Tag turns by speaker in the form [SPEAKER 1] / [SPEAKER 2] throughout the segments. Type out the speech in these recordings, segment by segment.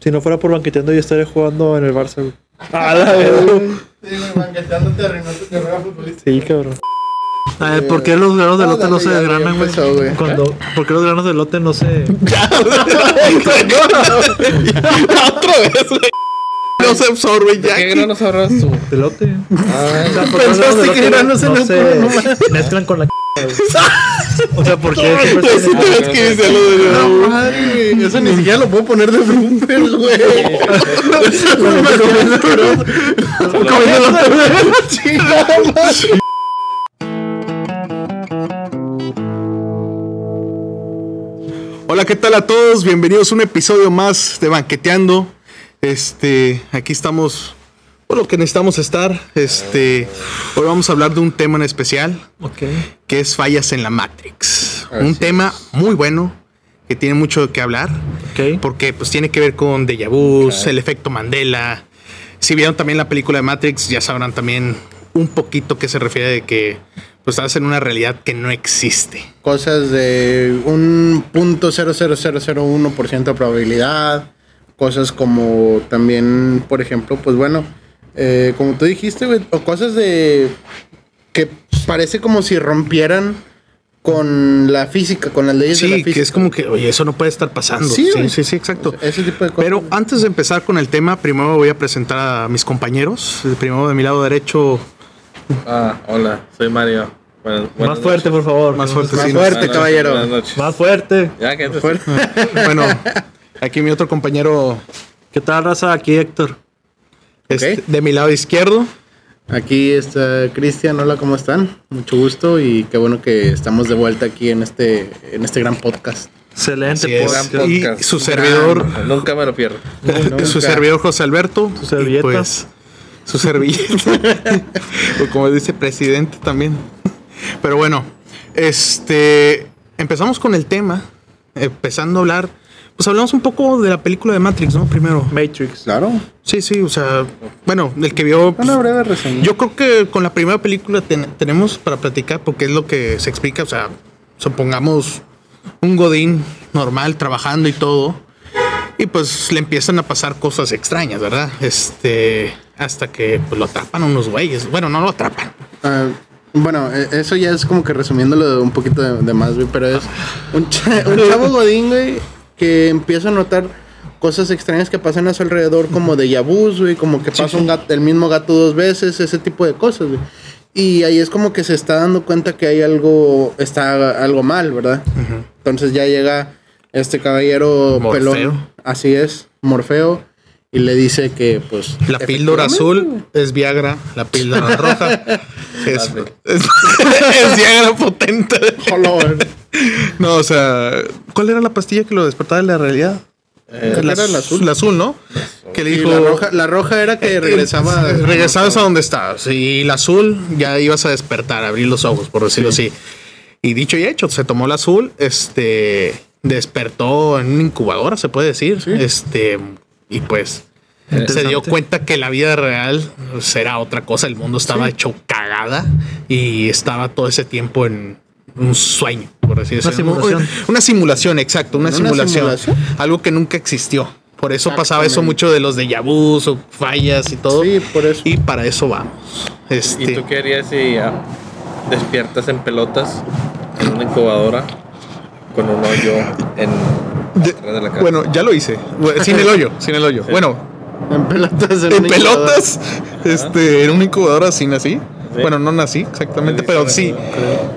[SPEAKER 1] Si no fuera por banqueteando, yo estaría jugando en el Barça, güey. Ah, la
[SPEAKER 2] Sí, güey, banqueteando te arruinó tu carrera futbolística.
[SPEAKER 1] Sí, cabrón.
[SPEAKER 3] A ver, ¿por qué los granos de
[SPEAKER 2] Ah,
[SPEAKER 3] lote no
[SPEAKER 2] dale,
[SPEAKER 3] se
[SPEAKER 2] ya, ya
[SPEAKER 3] desgranan, güey?
[SPEAKER 2] empezó, güey.
[SPEAKER 1] Cuando, ¿Por qué los granos de lote no se...?
[SPEAKER 4] Otra vez, güey. No se absorbe ya.
[SPEAKER 5] ¿Qué granos ahorras tú?
[SPEAKER 1] De lote. O sea, ¿por qué los
[SPEAKER 3] Ah,
[SPEAKER 1] granos
[SPEAKER 3] Pensaste
[SPEAKER 1] de
[SPEAKER 3] que
[SPEAKER 1] elote
[SPEAKER 3] granos en
[SPEAKER 1] no
[SPEAKER 3] el
[SPEAKER 1] se
[SPEAKER 3] culo, no mames.
[SPEAKER 1] mezclan con la... güey? O sea, ¿por qué siempre
[SPEAKER 4] Pues sí,
[SPEAKER 1] tienen- Mm.
[SPEAKER 4] tienes que iniciarlo de
[SPEAKER 3] No,
[SPEAKER 4] nuevo.
[SPEAKER 3] madre, güey. Eso ni siquiera lo puedo poner de Brumper, güey. No me comiendo, bro. Comiendo la
[SPEAKER 4] Hola, ¿qué tal a todos? Bienvenidos a un episodio más de Banqueteando. Este, aquí estamos por lo que necesitamos estar. Este, hoy vamos a hablar de un tema en especial,
[SPEAKER 1] Ok.
[SPEAKER 4] que es fallas en la Matrix. un
[SPEAKER 2] Así
[SPEAKER 4] tema muy bueno que tiene mucho que hablar,
[SPEAKER 1] Ok.
[SPEAKER 4] porque pues tiene que ver con déjà vu, el efecto Mandela. Si vieron también la película de Matrix, ya sabrán también un poquito que se refiere de que pues estás en una realidad que no existe.
[SPEAKER 3] Cosas de un punto cero cero cero cero uno por ciento de probabilidad. Cosas como también, por ejemplo, pues bueno, eh, como tú dijiste, güey, o cosas de que parece como si rompieran con la física, con las leyes de la
[SPEAKER 4] Sí,
[SPEAKER 3] física.
[SPEAKER 4] que es como que, oye, eso no puede estar pasando.
[SPEAKER 3] Sí,
[SPEAKER 4] Sí,
[SPEAKER 3] güey.
[SPEAKER 4] sí, sí, exacto.
[SPEAKER 3] Ese tipo de cosas.
[SPEAKER 4] Pero antes de empezar con el tema, primero voy a presentar a mis compañeros. El Primero de mi lado derecho,
[SPEAKER 5] Ah, hola, soy Mario. Bueno,
[SPEAKER 1] Más fuerte, por favor.
[SPEAKER 4] más fuerte.
[SPEAKER 3] más
[SPEAKER 4] sí, no.
[SPEAKER 3] fuerte, caballero.
[SPEAKER 5] Buenas noches.
[SPEAKER 1] Más fuerte.
[SPEAKER 5] Ya que te
[SPEAKER 3] Fuerte.
[SPEAKER 4] Bueno, aquí mi otro compañero
[SPEAKER 1] ¿Qué tal, raza? Aquí, Héctor.
[SPEAKER 4] este,
[SPEAKER 3] Ok.
[SPEAKER 4] de mi lado izquierdo.
[SPEAKER 3] Aquí está Cristian, hola, ¿cómo están? Mucho gusto y qué bueno que estamos de vuelta aquí en este, en este gran podcast.
[SPEAKER 4] Así
[SPEAKER 1] Excelente.
[SPEAKER 4] es.
[SPEAKER 1] podcast.
[SPEAKER 5] gran
[SPEAKER 4] Y
[SPEAKER 5] podcast. Ah,
[SPEAKER 4] su servidor,
[SPEAKER 5] Nunca me lo pierdo.
[SPEAKER 4] su servidor José Alberto.
[SPEAKER 1] Su servilleta.
[SPEAKER 4] y, pues, su servilleta. o como dice, presidente también. Pero bueno, este. Empezamos con el tema. Empezando a hablar. Pues hablamos un poco de la película de Matrix, ¿no? Primero.
[SPEAKER 1] Matrix.
[SPEAKER 3] Claro.
[SPEAKER 4] Sí, sí, o sea, bueno, el que vio. pues,
[SPEAKER 3] Una breve reseña.
[SPEAKER 4] yo creo que con la primera película ten- tenemos para platicar porque es lo que se explica, o sea, supongamos un godín normal trabajando y todo y pues le empiezan a pasar cosas extrañas, ¿verdad? Este, hasta que pues, lo atrapan unos güeyes. Bueno, no lo atrapan.
[SPEAKER 3] Ah, bueno, eh, eso ya es como que resumiéndolo un poquito de, de más, güey, pero es un, cha- un chavo godín, güey, que empieza a notar cosas extrañas que pasan a su alrededor, como de yabús, güey, como que pasa un gato- el mismo gato dos veces, ese tipo de cosas, güey. Y ahí es como que se está dando cuenta que hay algo, está algo mal, ¿verdad? Entonces ya llega este caballero
[SPEAKER 4] Morfeo.
[SPEAKER 3] pelón, así es, Morfeo, y le dice que, pues...
[SPEAKER 4] La píldora
[SPEAKER 3] efectivamente,
[SPEAKER 4] azul es Viagra, la píldora roja es, es, es Viagra potente.
[SPEAKER 3] jolo, güey.
[SPEAKER 4] No, o sea, ¿cuál era la pastilla que lo despertaba de la realidad?
[SPEAKER 3] ¿cuál eh, era la azul?
[SPEAKER 4] La azul, ¿no? Que le
[SPEAKER 3] Y
[SPEAKER 4] dijo.
[SPEAKER 3] la, roja, la roja era que regresaba.
[SPEAKER 4] Eh, Regresabas a donde estabas. Y la azul ya ibas a despertar, abrir los ojos, por decirlo así. Y dicho y hecho, se tomó la azul, este despertó en una incubadora, se puede decir. Este, y pues se dio
[SPEAKER 1] Interesante.
[SPEAKER 4] cuenta que la vida real pues, era otra cosa. El mundo estaba hecho cagada y estaba todo ese tiempo en un sueño, por así
[SPEAKER 1] Una
[SPEAKER 4] decirlo.
[SPEAKER 1] simulación.
[SPEAKER 4] Una simulación, exacto, una,
[SPEAKER 3] ¿Una
[SPEAKER 4] simulación,
[SPEAKER 3] simulación?
[SPEAKER 4] Algo que nunca existió. Por eso pasaba eso
[SPEAKER 3] Exactamente.
[SPEAKER 4] mucho de los de vus o fallas y todo.
[SPEAKER 3] Sí, por eso.
[SPEAKER 4] Y para eso vamos. Este,
[SPEAKER 5] ¿Y tú qué harías si ah, despiertas en pelotas en una incubadora con un hoyo en
[SPEAKER 4] de-
[SPEAKER 5] atrás de la cara?
[SPEAKER 4] bueno, ya lo hice. Bueno, Sin el hoyo, sin el hoyo. Bueno,
[SPEAKER 3] En pelotas.
[SPEAKER 4] en
[SPEAKER 3] una incubadora.
[SPEAKER 4] pelotas, este, en una incubadora sin así. Bueno, no nací exactamente,
[SPEAKER 5] Sí,
[SPEAKER 4] pero
[SPEAKER 5] sí,
[SPEAKER 4] sí.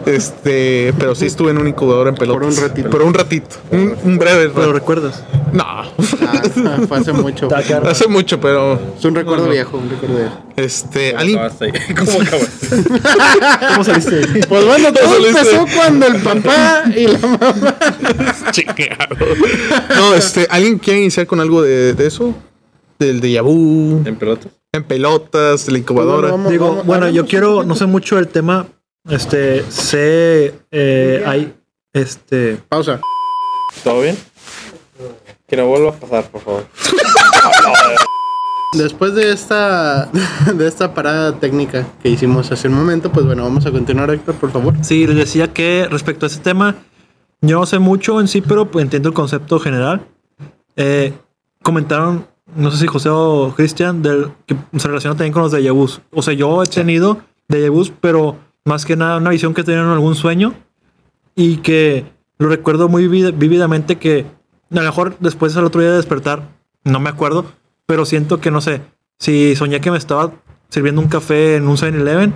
[SPEAKER 4] Este, pero sí estuve en una incubadora en pelotas.
[SPEAKER 3] un ratito.
[SPEAKER 4] Por un ratito. Un, un breve
[SPEAKER 1] ¿Pero
[SPEAKER 4] rato.
[SPEAKER 1] recuerdas?
[SPEAKER 4] No.
[SPEAKER 3] Ah, fue hace mucho.
[SPEAKER 1] Tacar.
[SPEAKER 4] Hace mucho, pero.
[SPEAKER 3] Es un recuerdo viejo, un recuerdo viejo.
[SPEAKER 4] Este.
[SPEAKER 5] ¿Cómo
[SPEAKER 4] alguien-
[SPEAKER 5] acabaste ahí? ¿Cómo acabaste?
[SPEAKER 1] ¿Cómo saliste? de ahí?
[SPEAKER 3] Pues bueno, todo
[SPEAKER 4] Eso lo hice.
[SPEAKER 3] empezó cuando el papá y la mamá.
[SPEAKER 4] Chingado. No, este. ¿Alguien quiere iniciar con algo de, de eso? Del déjà vu,
[SPEAKER 5] ¿En pelotas?
[SPEAKER 4] en pelotas, de la incubadora.
[SPEAKER 3] Vamos,
[SPEAKER 1] Digo,
[SPEAKER 3] vamos,
[SPEAKER 1] bueno, yo
[SPEAKER 3] hablemos
[SPEAKER 1] quiero, no sé mucho del tema. Este, sé, eh, hay, este,
[SPEAKER 3] Pausa.
[SPEAKER 5] ¿Todo bien? Que no vuelva a pasar, por favor.
[SPEAKER 3] Después de esta, de esta parada técnica que hicimos hace un momento, pues bueno, vamos a continuar, Héctor, por favor.
[SPEAKER 1] sí, les decía que respecto a este tema, yo no sé mucho en sí, pero pues, entiendo el concepto general. Eh, comentaron, no sé si José o Cristian, del- que se relaciona también con los de vus. O sea, yo he tenido de vus, pero más que nada una visión que tenían en algún sueño y que lo recuerdo muy vi- vívidamente que a lo mejor después al otro día de despertar, no me acuerdo, pero siento que no sé, si soñé que me estaba sirviendo un café en un 7-Eleven,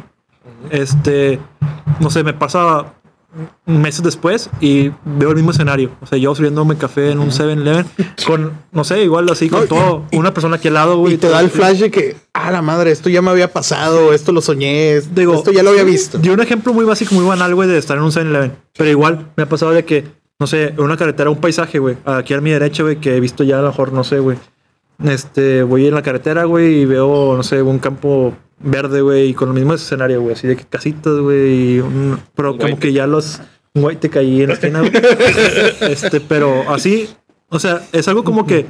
[SPEAKER 1] este, no sé, me pasa meses después y veo el mismo escenario. O sea, yo sirviéndome café en un 7-Eleven con, no sé, igual así con
[SPEAKER 4] No, y-
[SPEAKER 1] todo, una persona aquí al lado, güey.
[SPEAKER 4] Y te da el flash de que, ah, la madre, esto ya me había pasado, esto lo soñé,
[SPEAKER 1] Digo,
[SPEAKER 4] esto ya lo había visto.
[SPEAKER 1] Di un ejemplo muy básico, muy banal, güey, de estar en un 7-Eleven. Pero igual me ha pasado de que, no sé, en una carretera, un paisaje, güey, aquí a mi derecha, güey, que he visto ya a lo mejor, no sé, güey. Este, voy en la carretera, güey, y veo, no sé, un campo verde, güey, y con el mismo escenario, güey, así de que casitas, güey, y un- pero como
[SPEAKER 5] Guayte.
[SPEAKER 1] que ya los, güey, te caí en la esquina, güey. Este, pero así, o sea, es algo como que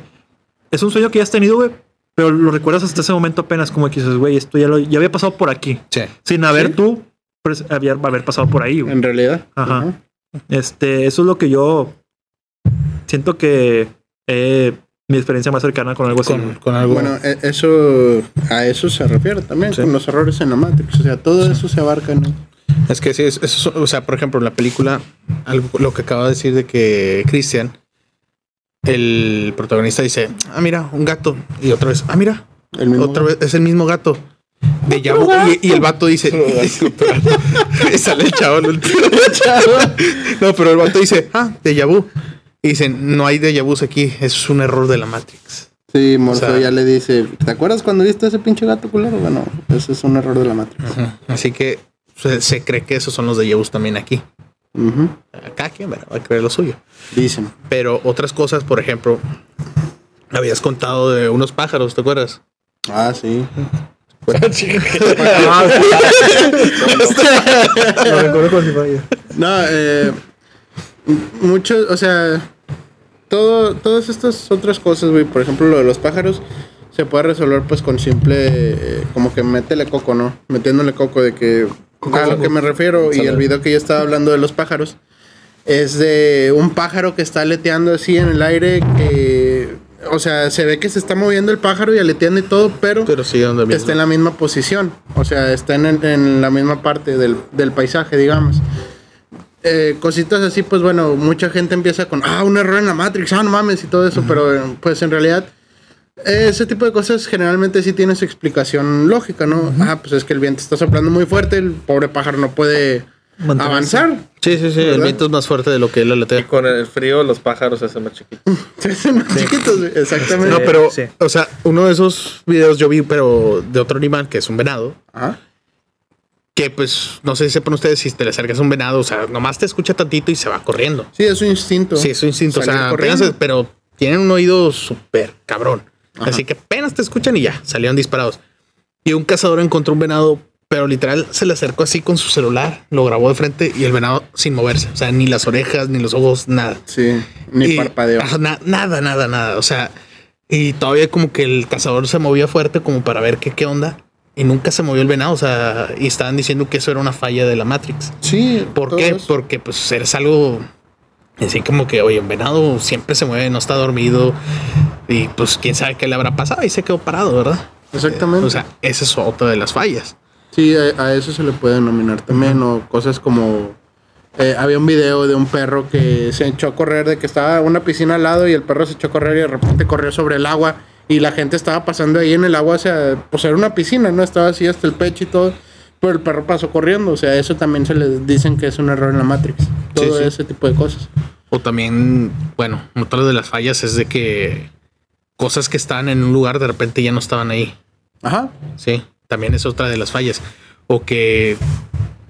[SPEAKER 1] es un sueño que ya has tenido, güey, pero lo recuerdas hasta ese momento apenas, como que dices, güey, esto ya lo, ya había pasado por aquí sin haber tú pues, haber, haber pasado por ahí. güey.
[SPEAKER 3] En realidad.
[SPEAKER 1] Ajá. Este, eso es lo que yo siento que eh, mi experiencia más cercana con algo así.
[SPEAKER 4] Con,
[SPEAKER 1] güey.
[SPEAKER 4] con algo.
[SPEAKER 3] Bueno, e- eso a eso se refiere también
[SPEAKER 4] Ah, Sí.
[SPEAKER 3] con los errores en la Matrix. O sea, todo eso se abarca en
[SPEAKER 4] Es que sí, es, eso es- o sea, por ejemplo, en la película, algo, lo que acaba de decir de que Christian, el protagonista dice, ah, mira, un gato. Y otra vez, ah, mira,
[SPEAKER 3] el mismo.
[SPEAKER 4] otra vez, es el mismo gato. De Yabu, y, y el vato dice, y sale el chavo, el último chavo. No, pero el vato dice, ah, de Yabu. Y dicen, no hay de Yabus aquí, eso es un error de la Matrix.
[SPEAKER 3] Sí, Morfeo
[SPEAKER 4] O sea-
[SPEAKER 3] ya le dice, ¿te acuerdas cuando viste a ese pinche gato culero? Bueno, ese es un error de la Matrix.
[SPEAKER 4] Así que se, se cree que esos son los de Yabus también aquí.
[SPEAKER 3] Ujú.
[SPEAKER 4] Acá quien va a creer lo suyo.
[SPEAKER 3] Dicen.
[SPEAKER 4] Pero otras cosas, por ejemplo, habías contado de unos pájaros, ¿te acuerdas?
[SPEAKER 3] Ah, sí.
[SPEAKER 1] Lo recuerdo como si fuera ayer.
[SPEAKER 3] No, eh, m- muchos, o sea, todo, todas estas otras cosas, güey, por ejemplo, lo de los pájaros, se puede resolver pues con simple, eh, como que métele coco, ¿no? Metiéndole coco de que, a lo que me refiero, y el video que yo estaba hablando de los pájaros, es de un pájaro que está aleteando así en el aire, que, o sea, se ve que se está moviendo el pájaro y aleteando y todo, pero...
[SPEAKER 4] Pero sí, donde
[SPEAKER 3] Está en la misma posición, o sea, está en, el- en la misma parte del, del paisaje, digamos. Eh, cositas así, pues bueno, mucha gente empieza con, ah, un error en la Matrix, ah, no mames y todo eso, pero eh, pues en realidad eh, ese tipo de cosas generalmente sí tienen su explicación lógica, ¿no? Ah, pues es que el viento está soplando muy fuerte, el pobre pájaro no puede
[SPEAKER 1] Mantenerse.
[SPEAKER 3] avanzar.
[SPEAKER 4] Sí, sí, sí, el
[SPEAKER 3] ¿Verdad?
[SPEAKER 4] viento es más fuerte de lo que él
[SPEAKER 5] Y
[SPEAKER 4] aletea.
[SPEAKER 5] con el frío los pájaros se hacen más chiquitos.
[SPEAKER 3] Se hacen más chiquitos, güey, exactamente.
[SPEAKER 4] No, pero,
[SPEAKER 1] Sí.
[SPEAKER 4] o sea, uno de esos videos yo vi, pero de otro animal, que es un venado,
[SPEAKER 3] Ajá.
[SPEAKER 4] que pues, no sé si sepan ustedes, si te le acercas a un venado, o sea, nomás te escucha tantito y se va corriendo.
[SPEAKER 3] Sí, es un instinto.
[SPEAKER 4] Sí, es un instinto, o
[SPEAKER 3] Salir
[SPEAKER 4] sea,
[SPEAKER 3] corriendo.
[SPEAKER 4] apenas- pero tienen un oído súper cabrón. Así que apenas te escuchan y ya, salieron disparados. Y un cazador encontró un venado, pero literal se le acercó así con su celular, lo grabó de frente y el venado sin moverse, o sea, ni las orejas, ni los ojos, nada.
[SPEAKER 3] Sí, ni
[SPEAKER 4] Y-
[SPEAKER 3] parpadeo.
[SPEAKER 4] ajá, na- nada, nada, nada. O sea, y todavía como que el cazador se movía fuerte como para ver qué, qué onda. Y nunca se movió el venado. O sea, y estaban diciendo que eso era una falla de la Matrix.
[SPEAKER 3] Sí,
[SPEAKER 4] ¿Por
[SPEAKER 3] todo
[SPEAKER 4] qué?
[SPEAKER 3] eso.
[SPEAKER 4] Porque pues eres algo así como que, oye, un venado siempre se mueve, no está dormido. Y pues quién sabe qué le habrá pasado. Y se quedó parado, ¿verdad?
[SPEAKER 3] Exactamente.
[SPEAKER 4] O sea, esa es otra de las fallas.
[SPEAKER 3] Sí, a, a eso se le puede denominar también, o cosas como... eh, había un video de un perro que se echó a correr, de que estaba una piscina al lado y el perro se echó a correr y de repente corrió sobre el agua y la gente estaba pasando ahí en el agua, o sea, pues era una piscina, ¿no? Estaba así hasta el pecho y todo, pero el perro pasó corriendo, o sea, eso también se les dicen que es un error en la Matrix, todo
[SPEAKER 4] sí.
[SPEAKER 3] ese tipo de cosas.
[SPEAKER 4] O también, bueno, otra de las fallas es de que cosas que estaban en un lugar de repente ya no estaban ahí.
[SPEAKER 3] Ajá.
[SPEAKER 4] Sí, también es otra de las fallas. O que,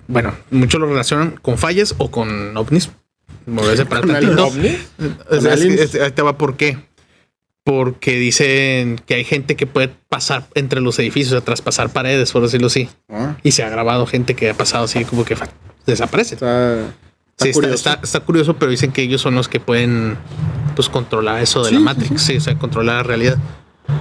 [SPEAKER 4] bueno, muchos lo relacionan con fallas o con ovnis. Moverse para
[SPEAKER 3] ¿Con
[SPEAKER 4] tantito.
[SPEAKER 3] aliens?
[SPEAKER 4] Es-
[SPEAKER 3] ¿Con
[SPEAKER 4] es-
[SPEAKER 3] aliens?
[SPEAKER 4] es- ahí te va por qué. Porque dicen que hay gente que puede pasar entre los edificios, o sea, traspasar paredes, por decirlo así.
[SPEAKER 3] Ah,
[SPEAKER 4] Y se ha grabado gente que ha pasado así como que fa- desaparece.
[SPEAKER 3] está, está
[SPEAKER 4] Sí, está,
[SPEAKER 3] curioso.
[SPEAKER 4] está- está curioso, pero dicen que ellos son los que pueden pues controlar eso de
[SPEAKER 3] Sí,
[SPEAKER 4] la
[SPEAKER 3] sí,
[SPEAKER 4] Matrix, sí, o sea, controlar la realidad.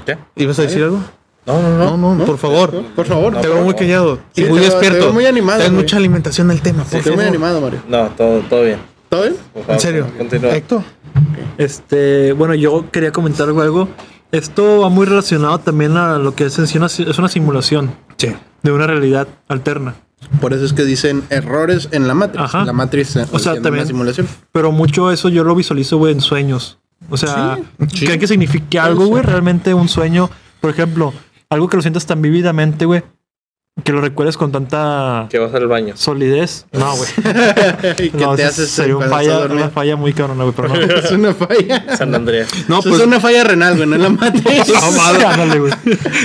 [SPEAKER 5] ¿Ya?
[SPEAKER 4] ¿Ibas a decir algo?
[SPEAKER 5] No, no,
[SPEAKER 4] No, no, por favor.
[SPEAKER 3] Por favor.
[SPEAKER 5] No,
[SPEAKER 4] Te
[SPEAKER 5] por
[SPEAKER 4] veo muy
[SPEAKER 5] favor.
[SPEAKER 4] callado
[SPEAKER 3] Sí,
[SPEAKER 4] y muy
[SPEAKER 3] te veo- te
[SPEAKER 4] experto.
[SPEAKER 3] veo muy animado,
[SPEAKER 4] Tienes
[SPEAKER 3] güey.
[SPEAKER 4] mucha alimentación del tema, por
[SPEAKER 3] Estoy
[SPEAKER 4] favor.
[SPEAKER 3] muy animado, Mario.
[SPEAKER 5] No, todo, todo bien.
[SPEAKER 3] ¿Todo bien?
[SPEAKER 5] Por favor,
[SPEAKER 1] Eh.
[SPEAKER 4] En serio.
[SPEAKER 5] Continúa.
[SPEAKER 4] Héctor.
[SPEAKER 1] Este, bueno, yo quería comentar algo, algo Esto va muy relacionado también a lo que es en sí una, es una simulación
[SPEAKER 4] Sí.
[SPEAKER 1] de una realidad alterna.
[SPEAKER 3] Por eso es que dicen errores en la matriz.
[SPEAKER 1] Ajá.
[SPEAKER 3] La matriz eh,
[SPEAKER 1] O sea,
[SPEAKER 3] haciendo
[SPEAKER 1] también-
[SPEAKER 3] una simulación.
[SPEAKER 1] Pero mucho eso yo lo visualizo, güey, en sueños. O sea,
[SPEAKER 4] sí.
[SPEAKER 1] que que signifique algo, güey, realmente un sueño. Por ejemplo, algo que lo sientas tan vívidamente, güey, que lo recuerdes con tanta
[SPEAKER 5] Que vas al baño.
[SPEAKER 1] solidez. No, güey.
[SPEAKER 3] Y que
[SPEAKER 1] No,
[SPEAKER 3] te
[SPEAKER 1] esa
[SPEAKER 3] haces
[SPEAKER 1] sería un
[SPEAKER 3] cuando estás
[SPEAKER 1] falla,
[SPEAKER 3] dormido.
[SPEAKER 1] una falla muy cabrona, güey, pero no.
[SPEAKER 3] Es una falla.
[SPEAKER 5] San Andreas.
[SPEAKER 4] No,
[SPEAKER 3] Eso
[SPEAKER 4] pues,
[SPEAKER 3] es una falla renal, güey, no en la matriz.
[SPEAKER 1] Ah, Ándale, güey.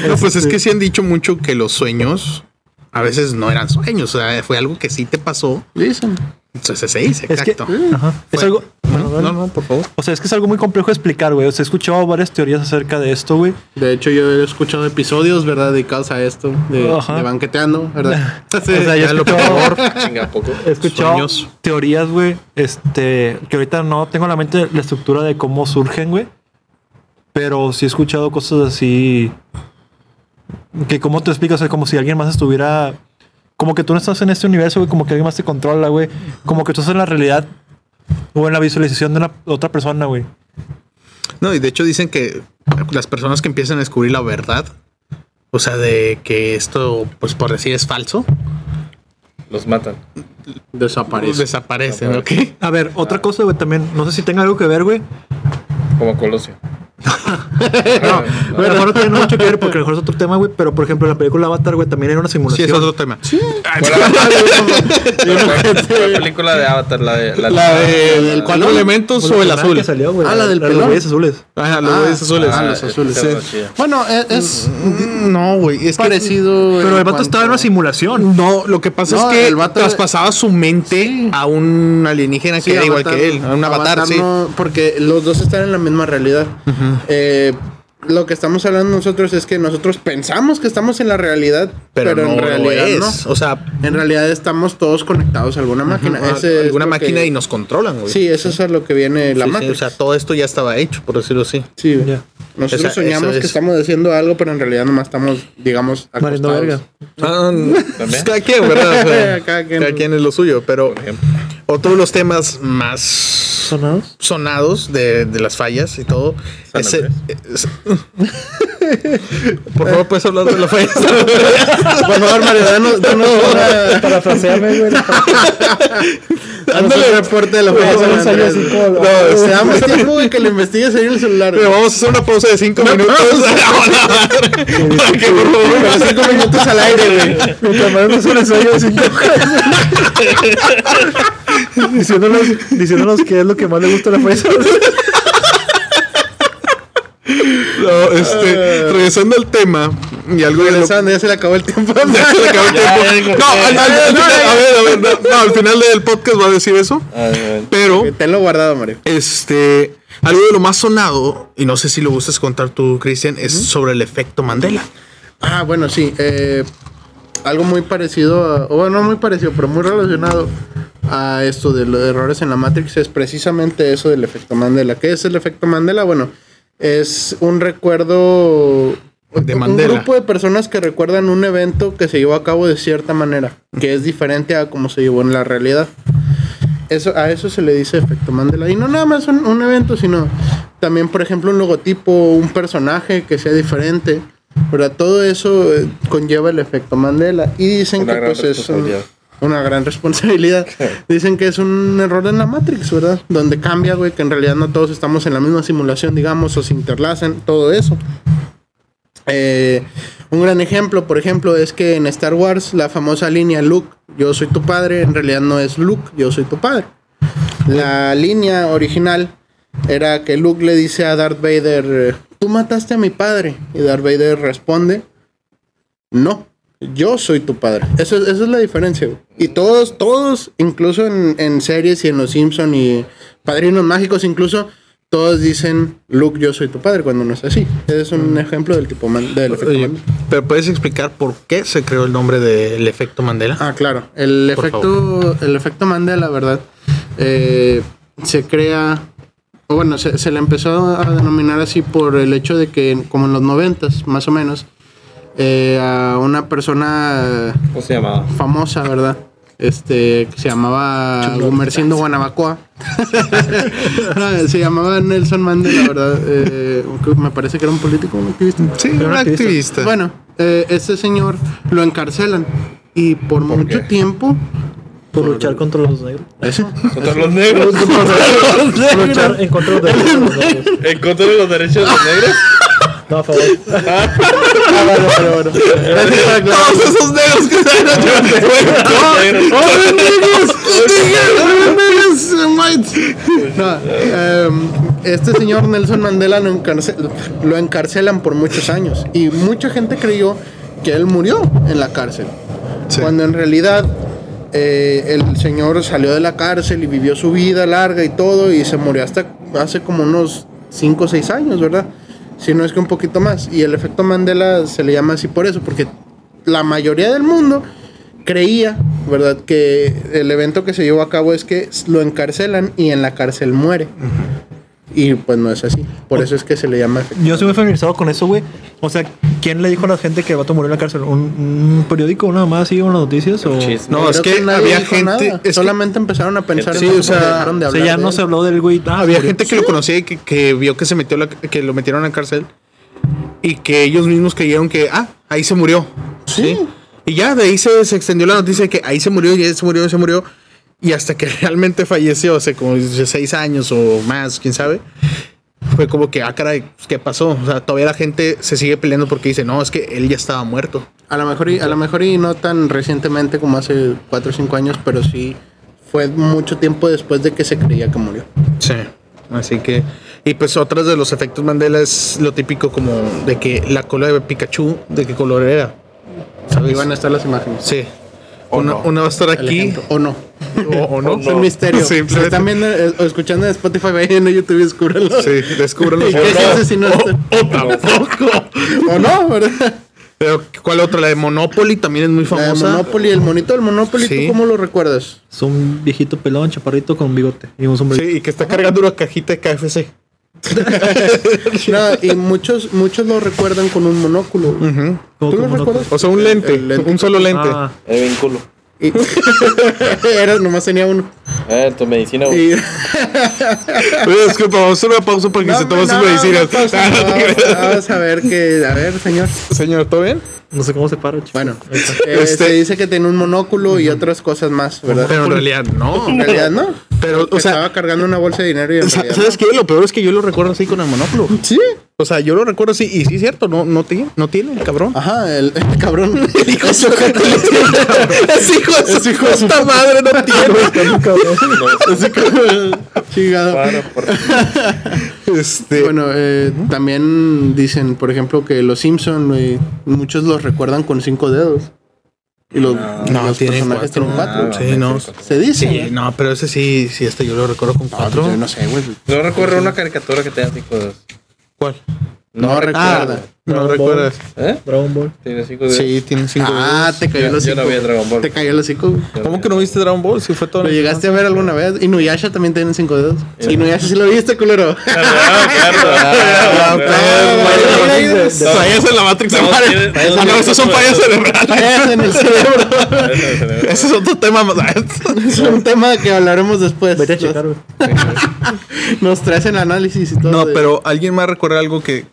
[SPEAKER 4] no, pues es
[SPEAKER 1] Este,
[SPEAKER 4] que sí han dicho mucho que los sueños a veces no eran sueños. O sea, fue algo que sí te pasó.
[SPEAKER 3] Dicen.
[SPEAKER 4] Entonces se dice,
[SPEAKER 1] Es que-
[SPEAKER 4] exacto.
[SPEAKER 1] ajá. Es
[SPEAKER 4] Fue-
[SPEAKER 1] algo...
[SPEAKER 4] No, no, no, por favor.
[SPEAKER 1] O sea, es que es algo muy complejo de explicar, güey. O sea, he escuchado varias teorías acerca de esto, güey.
[SPEAKER 3] De hecho, yo he escuchado episodios, ¿verdad? Dedicados a esto, de,
[SPEAKER 1] Ajá.
[SPEAKER 3] de banqueteando, ¿verdad?
[SPEAKER 1] o sea, yo he
[SPEAKER 4] ya lo
[SPEAKER 1] escuchado,
[SPEAKER 5] Chinga poco.
[SPEAKER 1] he escuchado
[SPEAKER 4] Sueños.
[SPEAKER 1] teorías, güey, este, que ahorita no tengo en la mente la estructura de cómo surgen, güey. Pero sí he escuchado cosas así que cómo te explicas, o sea, como si alguien más estuviera como que tú no estás en este universo, güey, como que alguien más te controla, güey, como que tú estás en la realidad o en la visualización de una otra persona, güey.
[SPEAKER 4] No, y de hecho dicen que las personas que empiezan a descubrir la verdad, o sea, de que esto, pues por decir, es falso,
[SPEAKER 5] Los matan.
[SPEAKER 4] pues,
[SPEAKER 3] Desaparece.
[SPEAKER 4] desaparecen, ¿ok?
[SPEAKER 1] A ver, otra cosa, güey, también, no sé si tenga algo que ver, güey,
[SPEAKER 5] Como Colosio.
[SPEAKER 1] A lo mejor no tiene mucho que ver porque a lo mejor es otro tema, güey. Pero por ejemplo, la película Avatar, güey, también era una
[SPEAKER 4] Sí,
[SPEAKER 1] simulación.
[SPEAKER 4] es otro tema.
[SPEAKER 5] Fue la, fue- fue la película de Avatar, la de. La,
[SPEAKER 4] Ah, La de
[SPEAKER 5] la-
[SPEAKER 4] del cuatro elementos o el
[SPEAKER 1] La
[SPEAKER 4] azul.
[SPEAKER 1] que salió, güey,
[SPEAKER 3] Ah, la del
[SPEAKER 1] de los
[SPEAKER 3] pelón.
[SPEAKER 1] güeyes azules.
[SPEAKER 4] Ah, los
[SPEAKER 3] Ah,
[SPEAKER 4] güeyes azules. Mm,
[SPEAKER 5] ah,
[SPEAKER 3] los azules,
[SPEAKER 5] esa
[SPEAKER 3] sí.
[SPEAKER 5] más chida.
[SPEAKER 3] Bueno, eh, es, es
[SPEAKER 4] No, güey, es que-
[SPEAKER 3] parecido.
[SPEAKER 1] Pero el vato estaba en una
[SPEAKER 3] así
[SPEAKER 1] simulación.
[SPEAKER 4] No, lo que pasa
[SPEAKER 3] No,
[SPEAKER 4] es que
[SPEAKER 3] el vato-
[SPEAKER 4] traspasaba su mente
[SPEAKER 3] Sí.
[SPEAKER 4] a un alienígena que era igual
[SPEAKER 3] Avatar,
[SPEAKER 4] que él, a un avatar, sí.
[SPEAKER 3] no, porque los dos están en la misma realidad. Eh, lo que estamos hablando nosotros es que nosotros pensamos que estamos en la realidad,
[SPEAKER 4] Pero,
[SPEAKER 3] pero,
[SPEAKER 4] no
[SPEAKER 3] en
[SPEAKER 4] lo
[SPEAKER 3] realidad
[SPEAKER 4] es.
[SPEAKER 3] no.
[SPEAKER 4] O sea,
[SPEAKER 3] En realidad estamos todos conectados a alguna máquina. Ese es
[SPEAKER 4] alguna
[SPEAKER 3] lo
[SPEAKER 4] máquina
[SPEAKER 3] que-
[SPEAKER 4] y nos controlan, güey.
[SPEAKER 3] Sí, eso es a lo que viene la
[SPEAKER 4] Sí, sí,
[SPEAKER 3] máquina.
[SPEAKER 4] o sea, todo esto ya estaba hecho, por decirlo así.
[SPEAKER 3] Sí, güey.
[SPEAKER 1] Ya.
[SPEAKER 3] Nosotros
[SPEAKER 4] Esa-
[SPEAKER 3] soñamos
[SPEAKER 4] eso es.
[SPEAKER 3] que estamos haciendo algo, pero en realidad nomás estamos, digamos, acostados.
[SPEAKER 1] Valiendo verga.
[SPEAKER 5] También.
[SPEAKER 4] Ah, pues, cada quien, ¿verdad? O sea,
[SPEAKER 3] Cada
[SPEAKER 4] cada,
[SPEAKER 3] quien.
[SPEAKER 4] quien. es lo suyo, pero
[SPEAKER 5] Por ejemplo.
[SPEAKER 4] otro de los temas más
[SPEAKER 1] ¿Sonados?
[SPEAKER 4] sonados de, de las fallas y todo.
[SPEAKER 5] San
[SPEAKER 4] es-
[SPEAKER 5] Andrés.
[SPEAKER 4] es- por favor, puedes hablar de las fallas.
[SPEAKER 3] Por favor, Mario, danos, danos una-
[SPEAKER 1] Parafraseame, güey.
[SPEAKER 3] danos un reporte de la
[SPEAKER 4] Por
[SPEAKER 3] falla
[SPEAKER 4] favor,
[SPEAKER 3] San Andrés.
[SPEAKER 1] ensayo
[SPEAKER 3] güey.
[SPEAKER 1] psicólogo.
[SPEAKER 3] No, o sea, damos tiempo, güey, que lo investigues ahí en el celular.
[SPEAKER 4] Pero
[SPEAKER 3] güey.
[SPEAKER 4] vamos a hacer una pausa de 5 minutos. Para que, por favor,
[SPEAKER 3] Pero cinco minutos al aire, güey.
[SPEAKER 1] Mi camarón es un ensayo de cinco diciéndonos, diciéndonos qué es lo que más le gusta a la paisa.
[SPEAKER 4] no, este, regresando al tema y algo de lo-
[SPEAKER 3] Regresaban, ya se le acabó el tiempo.
[SPEAKER 4] Ya se le acabó el tiempo. No, al, al- al final, a ver, a ver, no, no, al final del podcast va a decir eso.
[SPEAKER 5] Ah, bueno.
[SPEAKER 4] Pero,
[SPEAKER 3] Tenlo guardado, Mario.
[SPEAKER 4] este, algo de lo más sonado, y no sé si lo gustas contar tú, Cristian, es sobre el efecto Mandela.
[SPEAKER 3] Ah, bueno, sí. eh, algo muy parecido, a- o bueno, no muy parecido, pero muy relacionado a esto de los errores en la Matrix es precisamente eso del efecto Mandela. ¿Qué es el efecto Mandela? Bueno, es un recuerdo...
[SPEAKER 4] De
[SPEAKER 3] un
[SPEAKER 4] Mandela.
[SPEAKER 3] grupo de personas que recuerdan un evento que se llevó a cabo de cierta manera, que es diferente a como se llevó en la realidad. Eso, a eso se le dice efecto Mandela. Y no nada más un, un evento, sino también, por ejemplo, un logotipo, un personaje que sea diferente. Pero todo eso eh, conlleva el efecto Mandela. Y dicen
[SPEAKER 5] Una
[SPEAKER 3] que
[SPEAKER 5] gran
[SPEAKER 3] pues es un-
[SPEAKER 5] responsabilidad.
[SPEAKER 3] una gran responsabilidad. Dicen que es un error en la Matrix, ¿verdad? Donde cambia, güey, que en realidad no todos estamos en la misma simulación, digamos, o se interlacen, todo eso. Eh, un gran ejemplo, por ejemplo, es que en Star Wars la famosa línea Luke, yo soy tu padre, en realidad no es Luke, yo soy tu padre. La línea original era que Luke le dice a Darth Vader, eh, tú mataste a mi padre. Y Darth Vader responde, no, yo soy tu padre. Eso, es- esa es la diferencia. güey. Y todos, todos, incluso en, en series y en Los Simpson y Padrinos Mágicos, incluso, todos dicen, Luke, yo soy tu padre, cuando no es así. Ese es un ejemplo del tipo man- del efecto
[SPEAKER 4] Oye,
[SPEAKER 3] Mandela.
[SPEAKER 4] pero puedes explicar por qué se creó el nombre del efecto Mandela.
[SPEAKER 3] Ah, claro. El
[SPEAKER 4] Por
[SPEAKER 3] efecto, el efecto Mandela, ¿verdad? Eh, se crea, o bueno, se, se le empezó a denominar así por el hecho de que, como en los noventas, más o menos, eh, a una persona
[SPEAKER 5] ¿Cómo se llamaba?
[SPEAKER 3] famosa, ¿verdad? este, que se llamaba
[SPEAKER 1] Chulo.
[SPEAKER 3] Gumercindo Guanabacoa. No, se llamaba Nelson Mandela, ¿verdad? Eh, que me parece que era un político, un activista.
[SPEAKER 4] Sí,
[SPEAKER 1] Era
[SPEAKER 4] un
[SPEAKER 1] un activista.
[SPEAKER 4] activista.
[SPEAKER 3] Bueno, eh, este señor lo encarcelan y por, mucho
[SPEAKER 5] qué?
[SPEAKER 3] tiempo...
[SPEAKER 1] Por luchar contra los negros.
[SPEAKER 3] Eso.
[SPEAKER 5] Contra los negros.
[SPEAKER 1] Por luchar en contra de los derechos de los negros.
[SPEAKER 5] En contra de los derechos de los negros.
[SPEAKER 1] No, a favor.
[SPEAKER 3] Ah, bueno, bueno, bueno. Gracias por aclarar.
[SPEAKER 4] Todos esos negros que se han
[SPEAKER 3] ¡Ay, niggas! ¡Niggas! ¡Ay, niggas! Whites. No, em, este señor Nelson Mandela lo, encarce- lo encarcelan por muchos años y mucha gente creyó que él murió en la cárcel.
[SPEAKER 4] Sí.
[SPEAKER 3] Cuando en realidad eh, el señor salió de la cárcel y vivió su vida larga y todo y se murió hasta hace como unos 5 o 6 años, ¿verdad? Si no es que un poquito más. Y el efecto Mandela se le llama así por eso, porque la mayoría del mundo creía, ¿verdad? Que el evento que se llevó a cabo es que lo encarcelan y en la cárcel muere. Y pues no es así. Por eso es que se le llama efecto.
[SPEAKER 1] Yo soy muy familiarizado con eso, güey. O sea, ¿quién le dijo a la gente que el vato murió en la cárcel? ¿Un, un periódico, una mamá así, unas noticias? O...
[SPEAKER 5] Chisme.
[SPEAKER 4] No, es
[SPEAKER 3] Creo
[SPEAKER 4] que
[SPEAKER 3] nadie
[SPEAKER 4] había
[SPEAKER 3] dijo
[SPEAKER 4] gente- es que-
[SPEAKER 3] Solamente empezaron a pensar
[SPEAKER 5] Sí,
[SPEAKER 3] eso
[SPEAKER 4] o sea,
[SPEAKER 3] cuando dejaron de
[SPEAKER 1] O sea,
[SPEAKER 3] hablar
[SPEAKER 1] ya
[SPEAKER 3] de
[SPEAKER 1] no
[SPEAKER 3] él.
[SPEAKER 1] se habló del güey. Ah,
[SPEAKER 4] Había
[SPEAKER 1] murió.
[SPEAKER 4] gente que lo conocía y que, que vio que se metió la- que lo metieron a la cárcel y que ellos mismos creyeron que ah, ahí se murió.
[SPEAKER 3] Sí.
[SPEAKER 4] Y ya de ahí se, se extendió la noticia de que ahí se murió, y se murió, se murió. Y hasta que realmente falleció hace como 16 años o más, quién sabe. Fue como que, ah, caray, pues, ¿qué pasó? O sea, todavía la gente se sigue peleando porque dice, no, es que él ya estaba muerto.
[SPEAKER 3] A lo mejor y, a lo mejor y no tan recientemente como hace 4 o 5 años, pero sí fue mucho tiempo después de que se creía que murió.
[SPEAKER 4] Sí. Así que, y pues otras de los efectos Mandela es lo típico como de que la cola de Pikachu, de qué color era.
[SPEAKER 3] Ahí
[SPEAKER 4] ¿Sabes?
[SPEAKER 3] van a estar las imágenes.
[SPEAKER 4] Sí.
[SPEAKER 5] O
[SPEAKER 4] una,
[SPEAKER 5] no.
[SPEAKER 4] una va a estar
[SPEAKER 3] El
[SPEAKER 4] aquí.
[SPEAKER 3] ejemplo. O no.
[SPEAKER 4] O, o no.
[SPEAKER 5] O
[SPEAKER 3] Es un misterio.
[SPEAKER 4] Sí,
[SPEAKER 3] Si están viendo eh, o escuchando en Spotify, vayan a YouTube y descúbranlo.
[SPEAKER 4] sí, descúbrelo.
[SPEAKER 3] ¿Y qué se hace si no está?
[SPEAKER 4] O tampoco.
[SPEAKER 3] O no, ¿verdad?
[SPEAKER 4] Pero, ¿cuál otra? La de Monopoly también es muy
[SPEAKER 3] La de
[SPEAKER 4] famosa.
[SPEAKER 3] Monopoly, el monito del Monopoly,
[SPEAKER 4] Sí.
[SPEAKER 3] ¿tú cómo lo recuerdas?
[SPEAKER 1] Es un viejito pelón, chaparrito con bigote y un sombrero.
[SPEAKER 4] Sí, y que está cargando una cajita de KFC.
[SPEAKER 3] No, y muchos, muchos lo recuerdan con un monóculo. güey.
[SPEAKER 1] Como
[SPEAKER 3] ¿Tú lo
[SPEAKER 1] como no-
[SPEAKER 3] recuerdas?
[SPEAKER 4] O sea, un
[SPEAKER 3] El-
[SPEAKER 4] lente,
[SPEAKER 3] el lente.
[SPEAKER 4] un solo lente.
[SPEAKER 1] Ah,
[SPEAKER 5] El vínculo.
[SPEAKER 3] Y- Era, nomás tenía uno.
[SPEAKER 5] Eh, tu medicina,
[SPEAKER 4] Oh.
[SPEAKER 3] Y-
[SPEAKER 5] güey.
[SPEAKER 4] Oye, disculpa, vamos a hacer una pausa para que se
[SPEAKER 3] No,
[SPEAKER 4] tome
[SPEAKER 3] no,
[SPEAKER 4] sus
[SPEAKER 3] no,
[SPEAKER 4] medicinas.
[SPEAKER 3] no, pausa,
[SPEAKER 4] Ah, no te
[SPEAKER 3] no,
[SPEAKER 4] creas.
[SPEAKER 3] Vamos a ver que, a ver, señor.
[SPEAKER 4] Señor, ¿todo bien?
[SPEAKER 1] no sé cómo se para, chico.
[SPEAKER 3] Bueno,
[SPEAKER 1] Ahí está.
[SPEAKER 3] eh,
[SPEAKER 4] Este-
[SPEAKER 3] se dice que tiene un monóculo y otras cosas más, ¿verdad?
[SPEAKER 4] Pero en realidad no.
[SPEAKER 3] En realidad no.
[SPEAKER 4] Pero,
[SPEAKER 3] Que
[SPEAKER 4] o sea,
[SPEAKER 3] estaba cargando una bolsa de dinero y en
[SPEAKER 4] sa-
[SPEAKER 3] realidad
[SPEAKER 4] ¿sabes qué? Lo peor es que yo lo recuerdo así con el monóculo.
[SPEAKER 3] no. Sí.
[SPEAKER 4] O sea, yo lo recuerdo así, y sí es cierto, no, no tiene, no tiene el cabrón.
[SPEAKER 3] Ajá, el, el cabrón. El hijo de su
[SPEAKER 4] Es hijo de su puta madre, no tiene.
[SPEAKER 3] Ese cabrón. Chingado.
[SPEAKER 5] Claro, por
[SPEAKER 4] Este,
[SPEAKER 3] Bueno, eh, también dicen, por ejemplo, que los Simpson, güey, muchos los recuerdan con cinco dedos. Y los,
[SPEAKER 4] no,
[SPEAKER 3] los
[SPEAKER 4] tienen cuatro.
[SPEAKER 3] personajes tienen cuatro.
[SPEAKER 5] Ah,
[SPEAKER 3] güey.
[SPEAKER 4] sí, no.
[SPEAKER 3] Se dice.
[SPEAKER 4] Sí,
[SPEAKER 3] güey.
[SPEAKER 4] no, pero ese sí, sí, este yo lo recuerdo con
[SPEAKER 3] Ah, pues,
[SPEAKER 4] cuatro.
[SPEAKER 3] yo no sé, güey.
[SPEAKER 5] No recuerdo una caricatura que tenga cinco dedos.
[SPEAKER 4] ¿Cuál?
[SPEAKER 3] No, recuerda.
[SPEAKER 4] Ah, no
[SPEAKER 1] Dragon
[SPEAKER 4] recuerdas.
[SPEAKER 5] ¿Eh?
[SPEAKER 1] Dragon Ball.
[SPEAKER 5] Tiene cinco dedos.
[SPEAKER 4] Sí, tiene cinco.
[SPEAKER 3] Ah,
[SPEAKER 4] dedos.
[SPEAKER 3] te cayó
[SPEAKER 5] Yo-
[SPEAKER 3] el hocico.
[SPEAKER 5] yo no vi el Dragon Ball.
[SPEAKER 3] Te cayó el hocico. güey.
[SPEAKER 4] ¿Cómo que no viste Dragon Ball? Si fue todo.
[SPEAKER 3] ¿Lo llegaste a ver alguna vez? Inuyasha también tiene cinco dedos. Inuyasha sí lo viste, culero.
[SPEAKER 5] Ah, claro. Ah, claro.
[SPEAKER 4] Fallas en la Matrix.
[SPEAKER 5] No,
[SPEAKER 4] madre.
[SPEAKER 5] tiene- tiene-
[SPEAKER 4] Ah, no, esos son fallas cerebrales.
[SPEAKER 3] Fallas en el cerebro.
[SPEAKER 4] Ese es otro tema. más.
[SPEAKER 3] es un tema que hablaremos después.
[SPEAKER 1] Vete a checar, güey.
[SPEAKER 3] Nos, nos traes el análisis y todo.
[SPEAKER 4] No,
[SPEAKER 3] de-
[SPEAKER 4] pero alguien más recuerda algo que,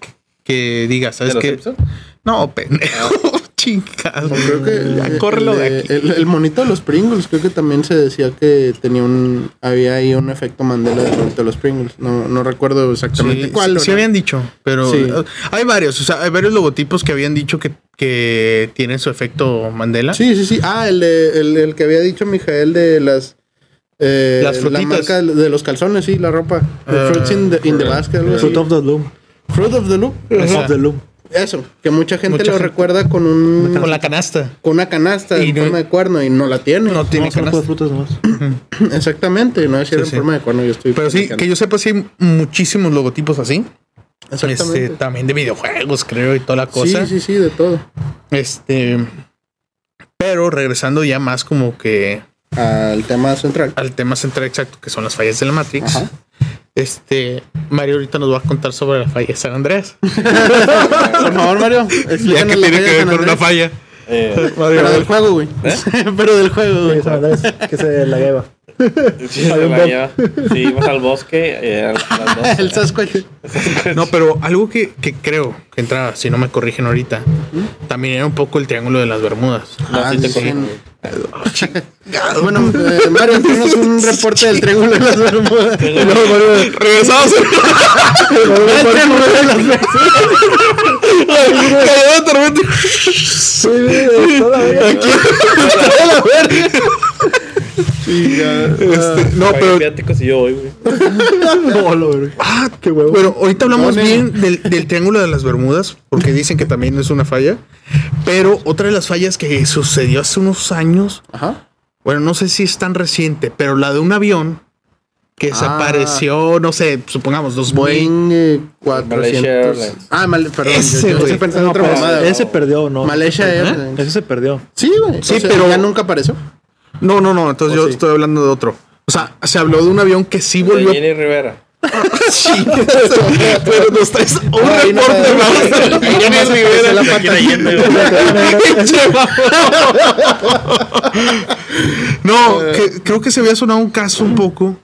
[SPEAKER 4] que diga,
[SPEAKER 5] ¿De
[SPEAKER 4] ¿sabes
[SPEAKER 5] los
[SPEAKER 4] qué?
[SPEAKER 5] Simpson?
[SPEAKER 4] No, pendejo. Chingado.
[SPEAKER 3] Creo que
[SPEAKER 4] Ya,
[SPEAKER 3] el-
[SPEAKER 4] córrelo
[SPEAKER 3] el,
[SPEAKER 4] de aquí.
[SPEAKER 3] El, el monito de los Pringles, creo que también se decía que tenía un. Había ahí un efecto Mandela del monito de los Pringles. No, no recuerdo exactamente
[SPEAKER 4] Sí,
[SPEAKER 3] cuál.
[SPEAKER 4] sí, sí
[SPEAKER 3] ¿verdad?
[SPEAKER 4] habían dicho, pero
[SPEAKER 3] Sí.
[SPEAKER 4] hay varios, o sea, hay varios logotipos que habían dicho que, que tienen su efecto Mandela.
[SPEAKER 3] sí, sí, sí. Ah, el, de- el, el que había dicho Mijael de las. eh,
[SPEAKER 4] Las
[SPEAKER 3] la
[SPEAKER 4] frutitas.
[SPEAKER 3] marca de los calzones, sí, la ropa.
[SPEAKER 4] Ah,
[SPEAKER 3] The fruits in the, in the basket, algo así.
[SPEAKER 1] Fruit of the Loom.
[SPEAKER 3] Fruit of the Loop.
[SPEAKER 1] Fruit of the Loom.
[SPEAKER 3] Eso, que mucha gente
[SPEAKER 4] Mucha
[SPEAKER 3] lo
[SPEAKER 4] gente.
[SPEAKER 3] recuerda con un
[SPEAKER 4] Con la canasta.
[SPEAKER 3] con una canasta
[SPEAKER 4] Y
[SPEAKER 3] en
[SPEAKER 4] no-
[SPEAKER 3] forma de cuerno y no la tiene.
[SPEAKER 4] No tiene
[SPEAKER 1] No, son
[SPEAKER 4] canasta.
[SPEAKER 1] puras frutas nomás.
[SPEAKER 3] Exactamente, no es
[SPEAKER 4] Sí,
[SPEAKER 3] en
[SPEAKER 4] sí.
[SPEAKER 3] forma de cuerno, yo estoy
[SPEAKER 4] Pero sí, que yo sepa, sí hay muchísimos logotipos así.
[SPEAKER 3] Exactamente.
[SPEAKER 4] Este, también de videojuegos, creo, y toda la cosa.
[SPEAKER 3] Sí, sí, sí, de todo.
[SPEAKER 4] Este. Pero regresando ya más como que
[SPEAKER 3] Al tema central.
[SPEAKER 4] al tema central exacto, que son las fallas de la Matrix.
[SPEAKER 3] Ajá.
[SPEAKER 4] Este, Mario ahorita nos va a contar sobre la falla de San Andrés.
[SPEAKER 3] Por favor,
[SPEAKER 4] ya
[SPEAKER 3] Mario.
[SPEAKER 4] que
[SPEAKER 3] explícanos la
[SPEAKER 4] tiene que
[SPEAKER 3] falla de
[SPEAKER 4] ver
[SPEAKER 3] San
[SPEAKER 4] con una
[SPEAKER 3] Andrés.
[SPEAKER 4] falla. ¿Eh?
[SPEAKER 5] Eh,
[SPEAKER 3] Pero del juego, güey. Pero del juego, güey.
[SPEAKER 1] Esa banda es que se la lleva.
[SPEAKER 5] sí,
[SPEAKER 1] Había un
[SPEAKER 5] la
[SPEAKER 1] bot.
[SPEAKER 5] lleva. sí, íbamos al bosque eh, a las doce.
[SPEAKER 3] El Sasquatch.
[SPEAKER 4] No, pero algo que, que creo que entraba, si no me corrigen ahorita, también era un poco el triángulo de las Bermudas.
[SPEAKER 5] No, sí te
[SPEAKER 3] Ah,
[SPEAKER 5] corrijo.
[SPEAKER 3] sí. Bueno, eh, Mario, tenemos un reporte del Triángulo de las Bermudas.
[SPEAKER 4] Regresamos.
[SPEAKER 3] El Triángulo de las Bermudas.
[SPEAKER 4] no,
[SPEAKER 5] Pagué
[SPEAKER 4] pero
[SPEAKER 5] viáticos y yo voy, güey.
[SPEAKER 1] Ah, qué huevo.
[SPEAKER 4] Bueno, ahorita hablamos
[SPEAKER 3] No,
[SPEAKER 4] bien del, del Triángulo de las Bermudas, porque dicen que también es una falla. Pero otra de las fallas que sucedió hace unos años,
[SPEAKER 3] Ajá.
[SPEAKER 4] bueno, no sé si es tan reciente, pero la de un avión que desapareció, no sé, supongamos, dos mil.
[SPEAKER 3] Boeing eh,
[SPEAKER 5] Malaysia
[SPEAKER 3] 400.
[SPEAKER 5] Airlines.
[SPEAKER 3] Ah, mal, perdón. yo-
[SPEAKER 4] Ese,
[SPEAKER 3] yo, yo
[SPEAKER 4] güey.
[SPEAKER 3] estoy pensando en
[SPEAKER 1] No,
[SPEAKER 3] otra
[SPEAKER 1] pero
[SPEAKER 3] mamada.
[SPEAKER 1] ese perdió, ¿no?
[SPEAKER 3] Malaysia Airlines.
[SPEAKER 1] Ese se perdió.
[SPEAKER 3] Sí, güey.
[SPEAKER 4] Sí,
[SPEAKER 3] O sea,
[SPEAKER 4] pero-
[SPEAKER 3] Ya nunca apareció.
[SPEAKER 4] No, no, no, entonces
[SPEAKER 1] Oh,
[SPEAKER 4] yo
[SPEAKER 1] sí.
[SPEAKER 4] estoy hablando de otro. O sea, se habló de un avión que sí
[SPEAKER 5] De
[SPEAKER 4] volvió.
[SPEAKER 5] Jenny Rivera.
[SPEAKER 4] Sí, pero nos traes un
[SPEAKER 3] ahí no
[SPEAKER 4] reporte,
[SPEAKER 3] me-
[SPEAKER 4] vamos.
[SPEAKER 3] Ahí no me-
[SPEAKER 4] Rivera.
[SPEAKER 3] la pata.
[SPEAKER 4] Pinche mamón. no, que- creo que se había sonado un caso un poco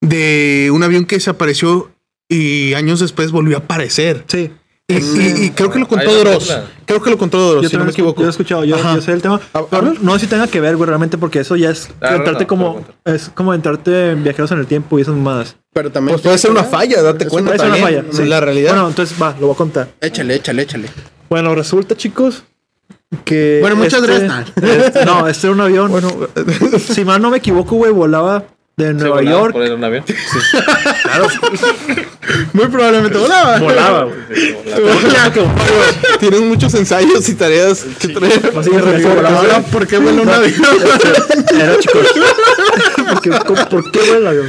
[SPEAKER 4] de un avión que desapareció y años después volvió a aparecer.
[SPEAKER 1] Sí.
[SPEAKER 4] Y, y- y creo que lo contó
[SPEAKER 5] Hay una
[SPEAKER 4] Dross.
[SPEAKER 5] película.
[SPEAKER 4] Creo que lo contó Dross,
[SPEAKER 1] Yo
[SPEAKER 4] si no
[SPEAKER 1] también
[SPEAKER 4] me
[SPEAKER 1] lo escu-
[SPEAKER 4] equivoco.
[SPEAKER 1] yo he escuchado, yo,
[SPEAKER 4] Ajá.
[SPEAKER 1] yo sé el tema.
[SPEAKER 4] A- a
[SPEAKER 1] Pero
[SPEAKER 4] ver.
[SPEAKER 1] no sé si tenga que ver, güey, realmente, porque eso ya es
[SPEAKER 5] Ah, no,
[SPEAKER 1] entrarte
[SPEAKER 5] no,
[SPEAKER 1] como.
[SPEAKER 5] pero
[SPEAKER 1] Es como entrarte en viajeros en el tiempo y esas mamadas.
[SPEAKER 3] Pero también.
[SPEAKER 4] Pues puede ser una falla, date
[SPEAKER 3] Es
[SPEAKER 4] cuenta.
[SPEAKER 1] Esa es una
[SPEAKER 4] también,
[SPEAKER 1] falla.
[SPEAKER 4] es la realidad.
[SPEAKER 1] Bueno, entonces va, lo voy a contar.
[SPEAKER 3] Échale, échale, échale.
[SPEAKER 1] Bueno, resulta, chicos, que.
[SPEAKER 3] Bueno, muchas gracias.
[SPEAKER 1] este- no, este era un avión. Bueno, si mal no me equivoco, güey, volaba de
[SPEAKER 5] Se
[SPEAKER 1] Nueva
[SPEAKER 5] volaba
[SPEAKER 1] York.
[SPEAKER 5] Por el un avión.
[SPEAKER 3] Muy probablemente volaba.
[SPEAKER 1] Volaba, güey.
[SPEAKER 5] Sí, volaba.
[SPEAKER 4] Tienen muchos ensayos y tareas que traer.
[SPEAKER 1] Así que regresó, volaba.
[SPEAKER 3] Ahora, ¿por qué vuela un avión?
[SPEAKER 1] Era, chicos. ¿Por qué, ¿Por qué, güey, el avión?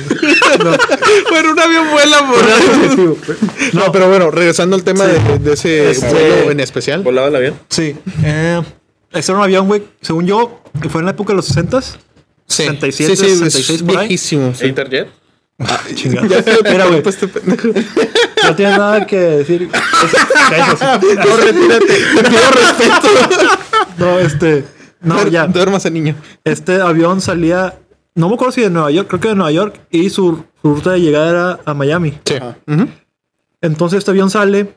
[SPEAKER 4] Bueno, un avión vuela por
[SPEAKER 1] Efectivo. pues.
[SPEAKER 4] No, Ah, pero bueno, regresando al tema de, de ese
[SPEAKER 1] Este-
[SPEAKER 4] vuelo en especial.
[SPEAKER 5] Volaba el avión.
[SPEAKER 1] Sí. Eh, ese era un avión, güey. Según yo, fue en la época de los 60s.
[SPEAKER 4] Sí.
[SPEAKER 1] 67,
[SPEAKER 4] Sí, sí, es
[SPEAKER 1] 66 por ahí.
[SPEAKER 4] viejísimo. sí.
[SPEAKER 5] Interjet.
[SPEAKER 1] Chingada.
[SPEAKER 4] Ya se
[SPEAKER 1] Mira, güey,
[SPEAKER 4] pues, este pendejo.
[SPEAKER 1] no tiene nada que decir.
[SPEAKER 4] No, retírate. pues, Te pido respeto.
[SPEAKER 1] No, este. No,
[SPEAKER 4] Duer-
[SPEAKER 1] ya.
[SPEAKER 4] Duérmase, niño.
[SPEAKER 1] Este avión salía. No me acuerdo si de Nueva York, creo que de Nueva York. Y su, su ruta de llegada era a Miami.
[SPEAKER 4] Sí.
[SPEAKER 1] Entonces este avión sale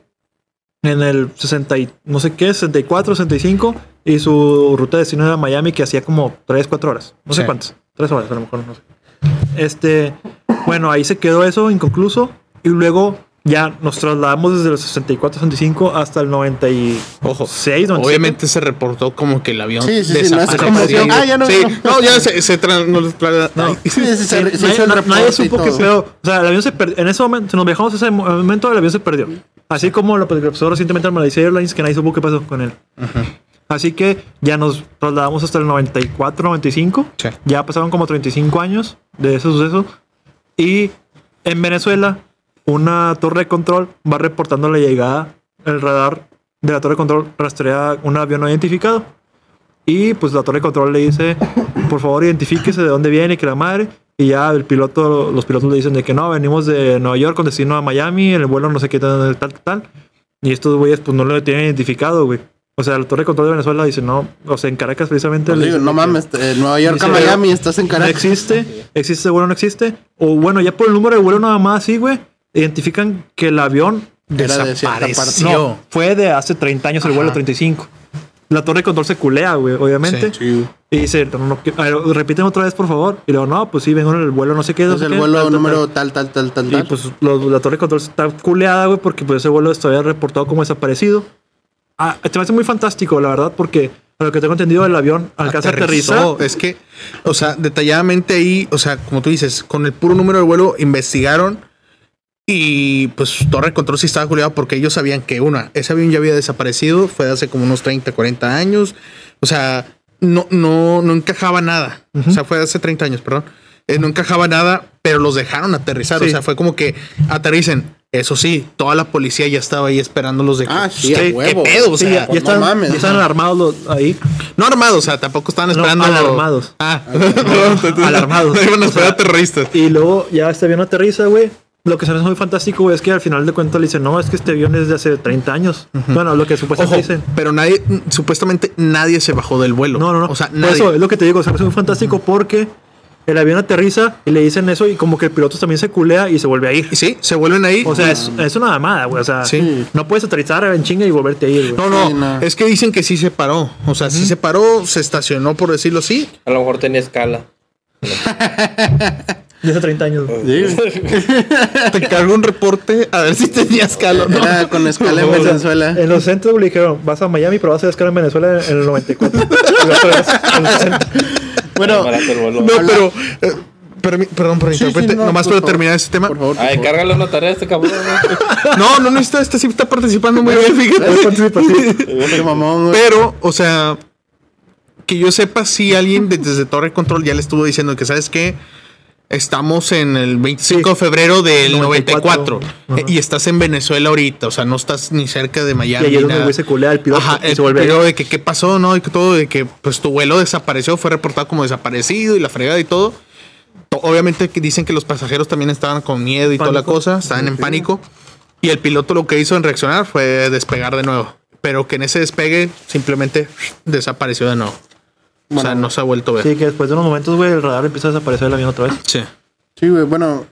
[SPEAKER 1] en el 60 y no sé qué, 64, 65 y su ruta de destino era Miami que hacía como 3, 4 horas, no sé
[SPEAKER 4] Sí.
[SPEAKER 1] cuántas, 3 horas a lo mejor, no sé. Este, bueno, ahí se quedó eso inconcluso y luego ya nos trasladamos desde el 64, 65 hasta el 96,
[SPEAKER 4] Ojo.
[SPEAKER 1] 97.
[SPEAKER 4] Obviamente se reportó como que el avión
[SPEAKER 3] Sí, sí, sí, no hace
[SPEAKER 4] desapareció.
[SPEAKER 3] como- Ah, ya no,
[SPEAKER 4] Sí.
[SPEAKER 3] no.
[SPEAKER 4] No, ya se, se tra- nos tra-
[SPEAKER 1] Eh, No.
[SPEAKER 4] Ay,
[SPEAKER 3] Sí, sí, se- se
[SPEAKER 1] nadie,
[SPEAKER 3] hizo el
[SPEAKER 1] na-
[SPEAKER 3] reporte
[SPEAKER 1] nadie
[SPEAKER 3] y
[SPEAKER 1] supo
[SPEAKER 3] todo.
[SPEAKER 1] que pedo. O sea, el avión se perdió. En ese momento, si nos viajamos a ese mo- momento, el avión se perdió. Así como lo que pasó recientemente al Malaysia Airlines, que nadie supo qué pasó con él. Así que ya nos trasladamos hasta el 94, 95.
[SPEAKER 4] Sí.
[SPEAKER 1] Ya pasaron como 35 años de ese suceso. Y en Venezuela, una torre de control va reportando la llegada. El radar de la torre de control rastrea un avión no identificado. Y pues la torre de control le dice, por favor identifíquese de dónde viene, que la madre. Y ya el piloto, los pilotos le dicen de que no, venimos de Nueva York con destino a Miami, el vuelo no sé qué tal, tal, tal. Y estos güeyes pues no lo tienen identificado, güey. O sea, la torre de control de Venezuela dice no, o sea, en Caracas precisamente...
[SPEAKER 3] Pues
[SPEAKER 1] le
[SPEAKER 3] digo,
[SPEAKER 1] dicen
[SPEAKER 3] no
[SPEAKER 1] que
[SPEAKER 3] mames, eh, Nueva York a
[SPEAKER 1] Dice,
[SPEAKER 3] Miami, estás en
[SPEAKER 1] No
[SPEAKER 3] Caracas.
[SPEAKER 1] existe, existe vuelo, no existe. O bueno, ya por el número de vuelo nada más, sí, güey, identifican que el avión
[SPEAKER 3] Era de cierta parte.
[SPEAKER 4] Desapareció.
[SPEAKER 1] no, fue de hace 30 años el vuelo 35. La torre de control se culea, güey, obviamente. Y dice, no, no, que- a ver, repiten otra vez, por favor. Y luego, no, pues sí, vengo en el vuelo, no sé qué. no
[SPEAKER 3] Es
[SPEAKER 1] sé
[SPEAKER 3] el
[SPEAKER 1] qué,
[SPEAKER 3] vuelo
[SPEAKER 1] tal, tal,
[SPEAKER 3] número
[SPEAKER 1] tal".
[SPEAKER 3] tal, tal, tal, tal.
[SPEAKER 1] Y
[SPEAKER 3] tal.
[SPEAKER 1] pues los- la torre de control está culeada, güey, porque pues ese vuelo todavía reportado como desaparecido. Ah, te me hace muy fantástico, la verdad, porque a lo que tengo entendido, el avión alcanza a
[SPEAKER 4] aterrizó.
[SPEAKER 1] aterrizar.
[SPEAKER 4] Es que, o sea, detalladamente ahí, o sea, como tú dices, con el puro número de vuelo investigaron y pues Torre de Control sí estaba juliado porque ellos sabían que una, ese avión ya había desaparecido, fue de hace como unos 30, 40 años, o sea, no, no, no encajaba nada, o sea, fue de hace 30 años, perdón, Eh, no encajaba nada, pero los dejaron aterrizar, o
[SPEAKER 1] Sí.
[SPEAKER 4] sea, fue como que aterricen. Eso sí, toda la policía ya estaba ahí esperándolos de
[SPEAKER 3] Ah, sí,
[SPEAKER 4] ¿Qué-
[SPEAKER 3] a
[SPEAKER 4] qué
[SPEAKER 3] huevo.
[SPEAKER 4] pedo? O
[SPEAKER 1] Sí,
[SPEAKER 4] sea,
[SPEAKER 1] ya, ya
[SPEAKER 3] pues, no
[SPEAKER 1] están,
[SPEAKER 3] mames,
[SPEAKER 1] ya están
[SPEAKER 3] ajá.
[SPEAKER 1] armados los- ahí.
[SPEAKER 4] no armados, o sea, tampoco estaban
[SPEAKER 1] No,
[SPEAKER 4] esperando.
[SPEAKER 1] alarmados.
[SPEAKER 4] Ah, Perdón, entonces,
[SPEAKER 1] Alarmados.
[SPEAKER 4] No iban a
[SPEAKER 1] O
[SPEAKER 4] esperar
[SPEAKER 1] sea,
[SPEAKER 4] terroristas.
[SPEAKER 1] Y luego ya este avión aterriza, güey. lo que se me hace muy fantástico güey, es que al final de cuentas le dicen, no, es que este avión es de hace 30 años. Bueno, lo que
[SPEAKER 4] Ojo,
[SPEAKER 1] supuestamente dicen.
[SPEAKER 4] pero nadie, supuestamente nadie se bajó del vuelo.
[SPEAKER 1] No, no, no.
[SPEAKER 4] O sea,
[SPEAKER 1] Por
[SPEAKER 4] nadie.
[SPEAKER 1] Eso es lo que te digo, se me hace muy fantástico porque el avión aterriza y le dicen eso y como que el piloto también se culea y se vuelve a ir.
[SPEAKER 4] Y sí, se vuelven ahí.
[SPEAKER 1] O sea, es, es una mamada, güey. O sea,
[SPEAKER 4] Sí.
[SPEAKER 1] no puedes aterrizar en chinga y volverte a ir, güey.
[SPEAKER 4] no, no,
[SPEAKER 3] Sí, no.
[SPEAKER 4] es que dicen que sí se paró. O sea, sí se paró, se estacionó, por decirlo así.
[SPEAKER 5] A lo mejor tenía escala.
[SPEAKER 1] De hace 30 años. güey.
[SPEAKER 3] Sí, güey.
[SPEAKER 4] Te cargo un reporte a ver si tenías calor. ¿no?
[SPEAKER 3] Era con escala en
[SPEAKER 1] O sea,
[SPEAKER 3] Venezuela.
[SPEAKER 1] En los centros le dijeron, vas a Miami, pero vas a escalar en Venezuela en el 94. Y otra vez en los centros.
[SPEAKER 3] Bueno,
[SPEAKER 5] Barato el vuelo.
[SPEAKER 4] No, pero. eh, permi- perdón por
[SPEAKER 3] Sí,
[SPEAKER 4] interrumpirte,
[SPEAKER 3] sí, no,
[SPEAKER 4] nomás
[SPEAKER 3] por
[SPEAKER 4] para
[SPEAKER 3] favor.
[SPEAKER 4] terminar este tema.
[SPEAKER 3] por favor. por
[SPEAKER 5] Ay,
[SPEAKER 3] favor.
[SPEAKER 5] cárgale una tarea a este cabrón.
[SPEAKER 4] No, no necesita, este sí está participando muy bien,
[SPEAKER 1] Entonces, pues, sí.
[SPEAKER 4] fíjate.
[SPEAKER 3] Qué mamón, güey.
[SPEAKER 4] Pero, o sea, que yo sepa si alguien de- desde Torre Control ya le estuvo diciendo que, ¿sabes qué? Estamos en el 25 de febrero del 94,
[SPEAKER 1] 94.
[SPEAKER 4] eh, y estás en Venezuela ahorita, o sea, no estás ni cerca de
[SPEAKER 1] Y
[SPEAKER 4] Miami.
[SPEAKER 1] ahí es
[SPEAKER 4] ni
[SPEAKER 1] donde el
[SPEAKER 4] nada.
[SPEAKER 1] güey se culea al piloto
[SPEAKER 4] Ajá,
[SPEAKER 1] y
[SPEAKER 4] el
[SPEAKER 1] se vuelve a ir.
[SPEAKER 4] pedo de que qué pasó, ¿no? Y que todo, de que pues tu vuelo desapareció, fue reportado como desaparecido y la fregada y todo. To- Obviamente que dicen que los pasajeros también estaban con miedo y toda la
[SPEAKER 1] Pánico.
[SPEAKER 4] cosa, estaban en pánico. Y el piloto lo que hizo en reaccionar fue despegar de nuevo. Pero que en ese despegue simplemente desapareció de nuevo. o sea,
[SPEAKER 3] Bueno.
[SPEAKER 4] no se ha vuelto a ver.
[SPEAKER 1] Sí, que después de unos momentos, güey, el radar empieza a desaparecer del avión otra vez.
[SPEAKER 4] Sí.
[SPEAKER 3] Sí, güey, bueno,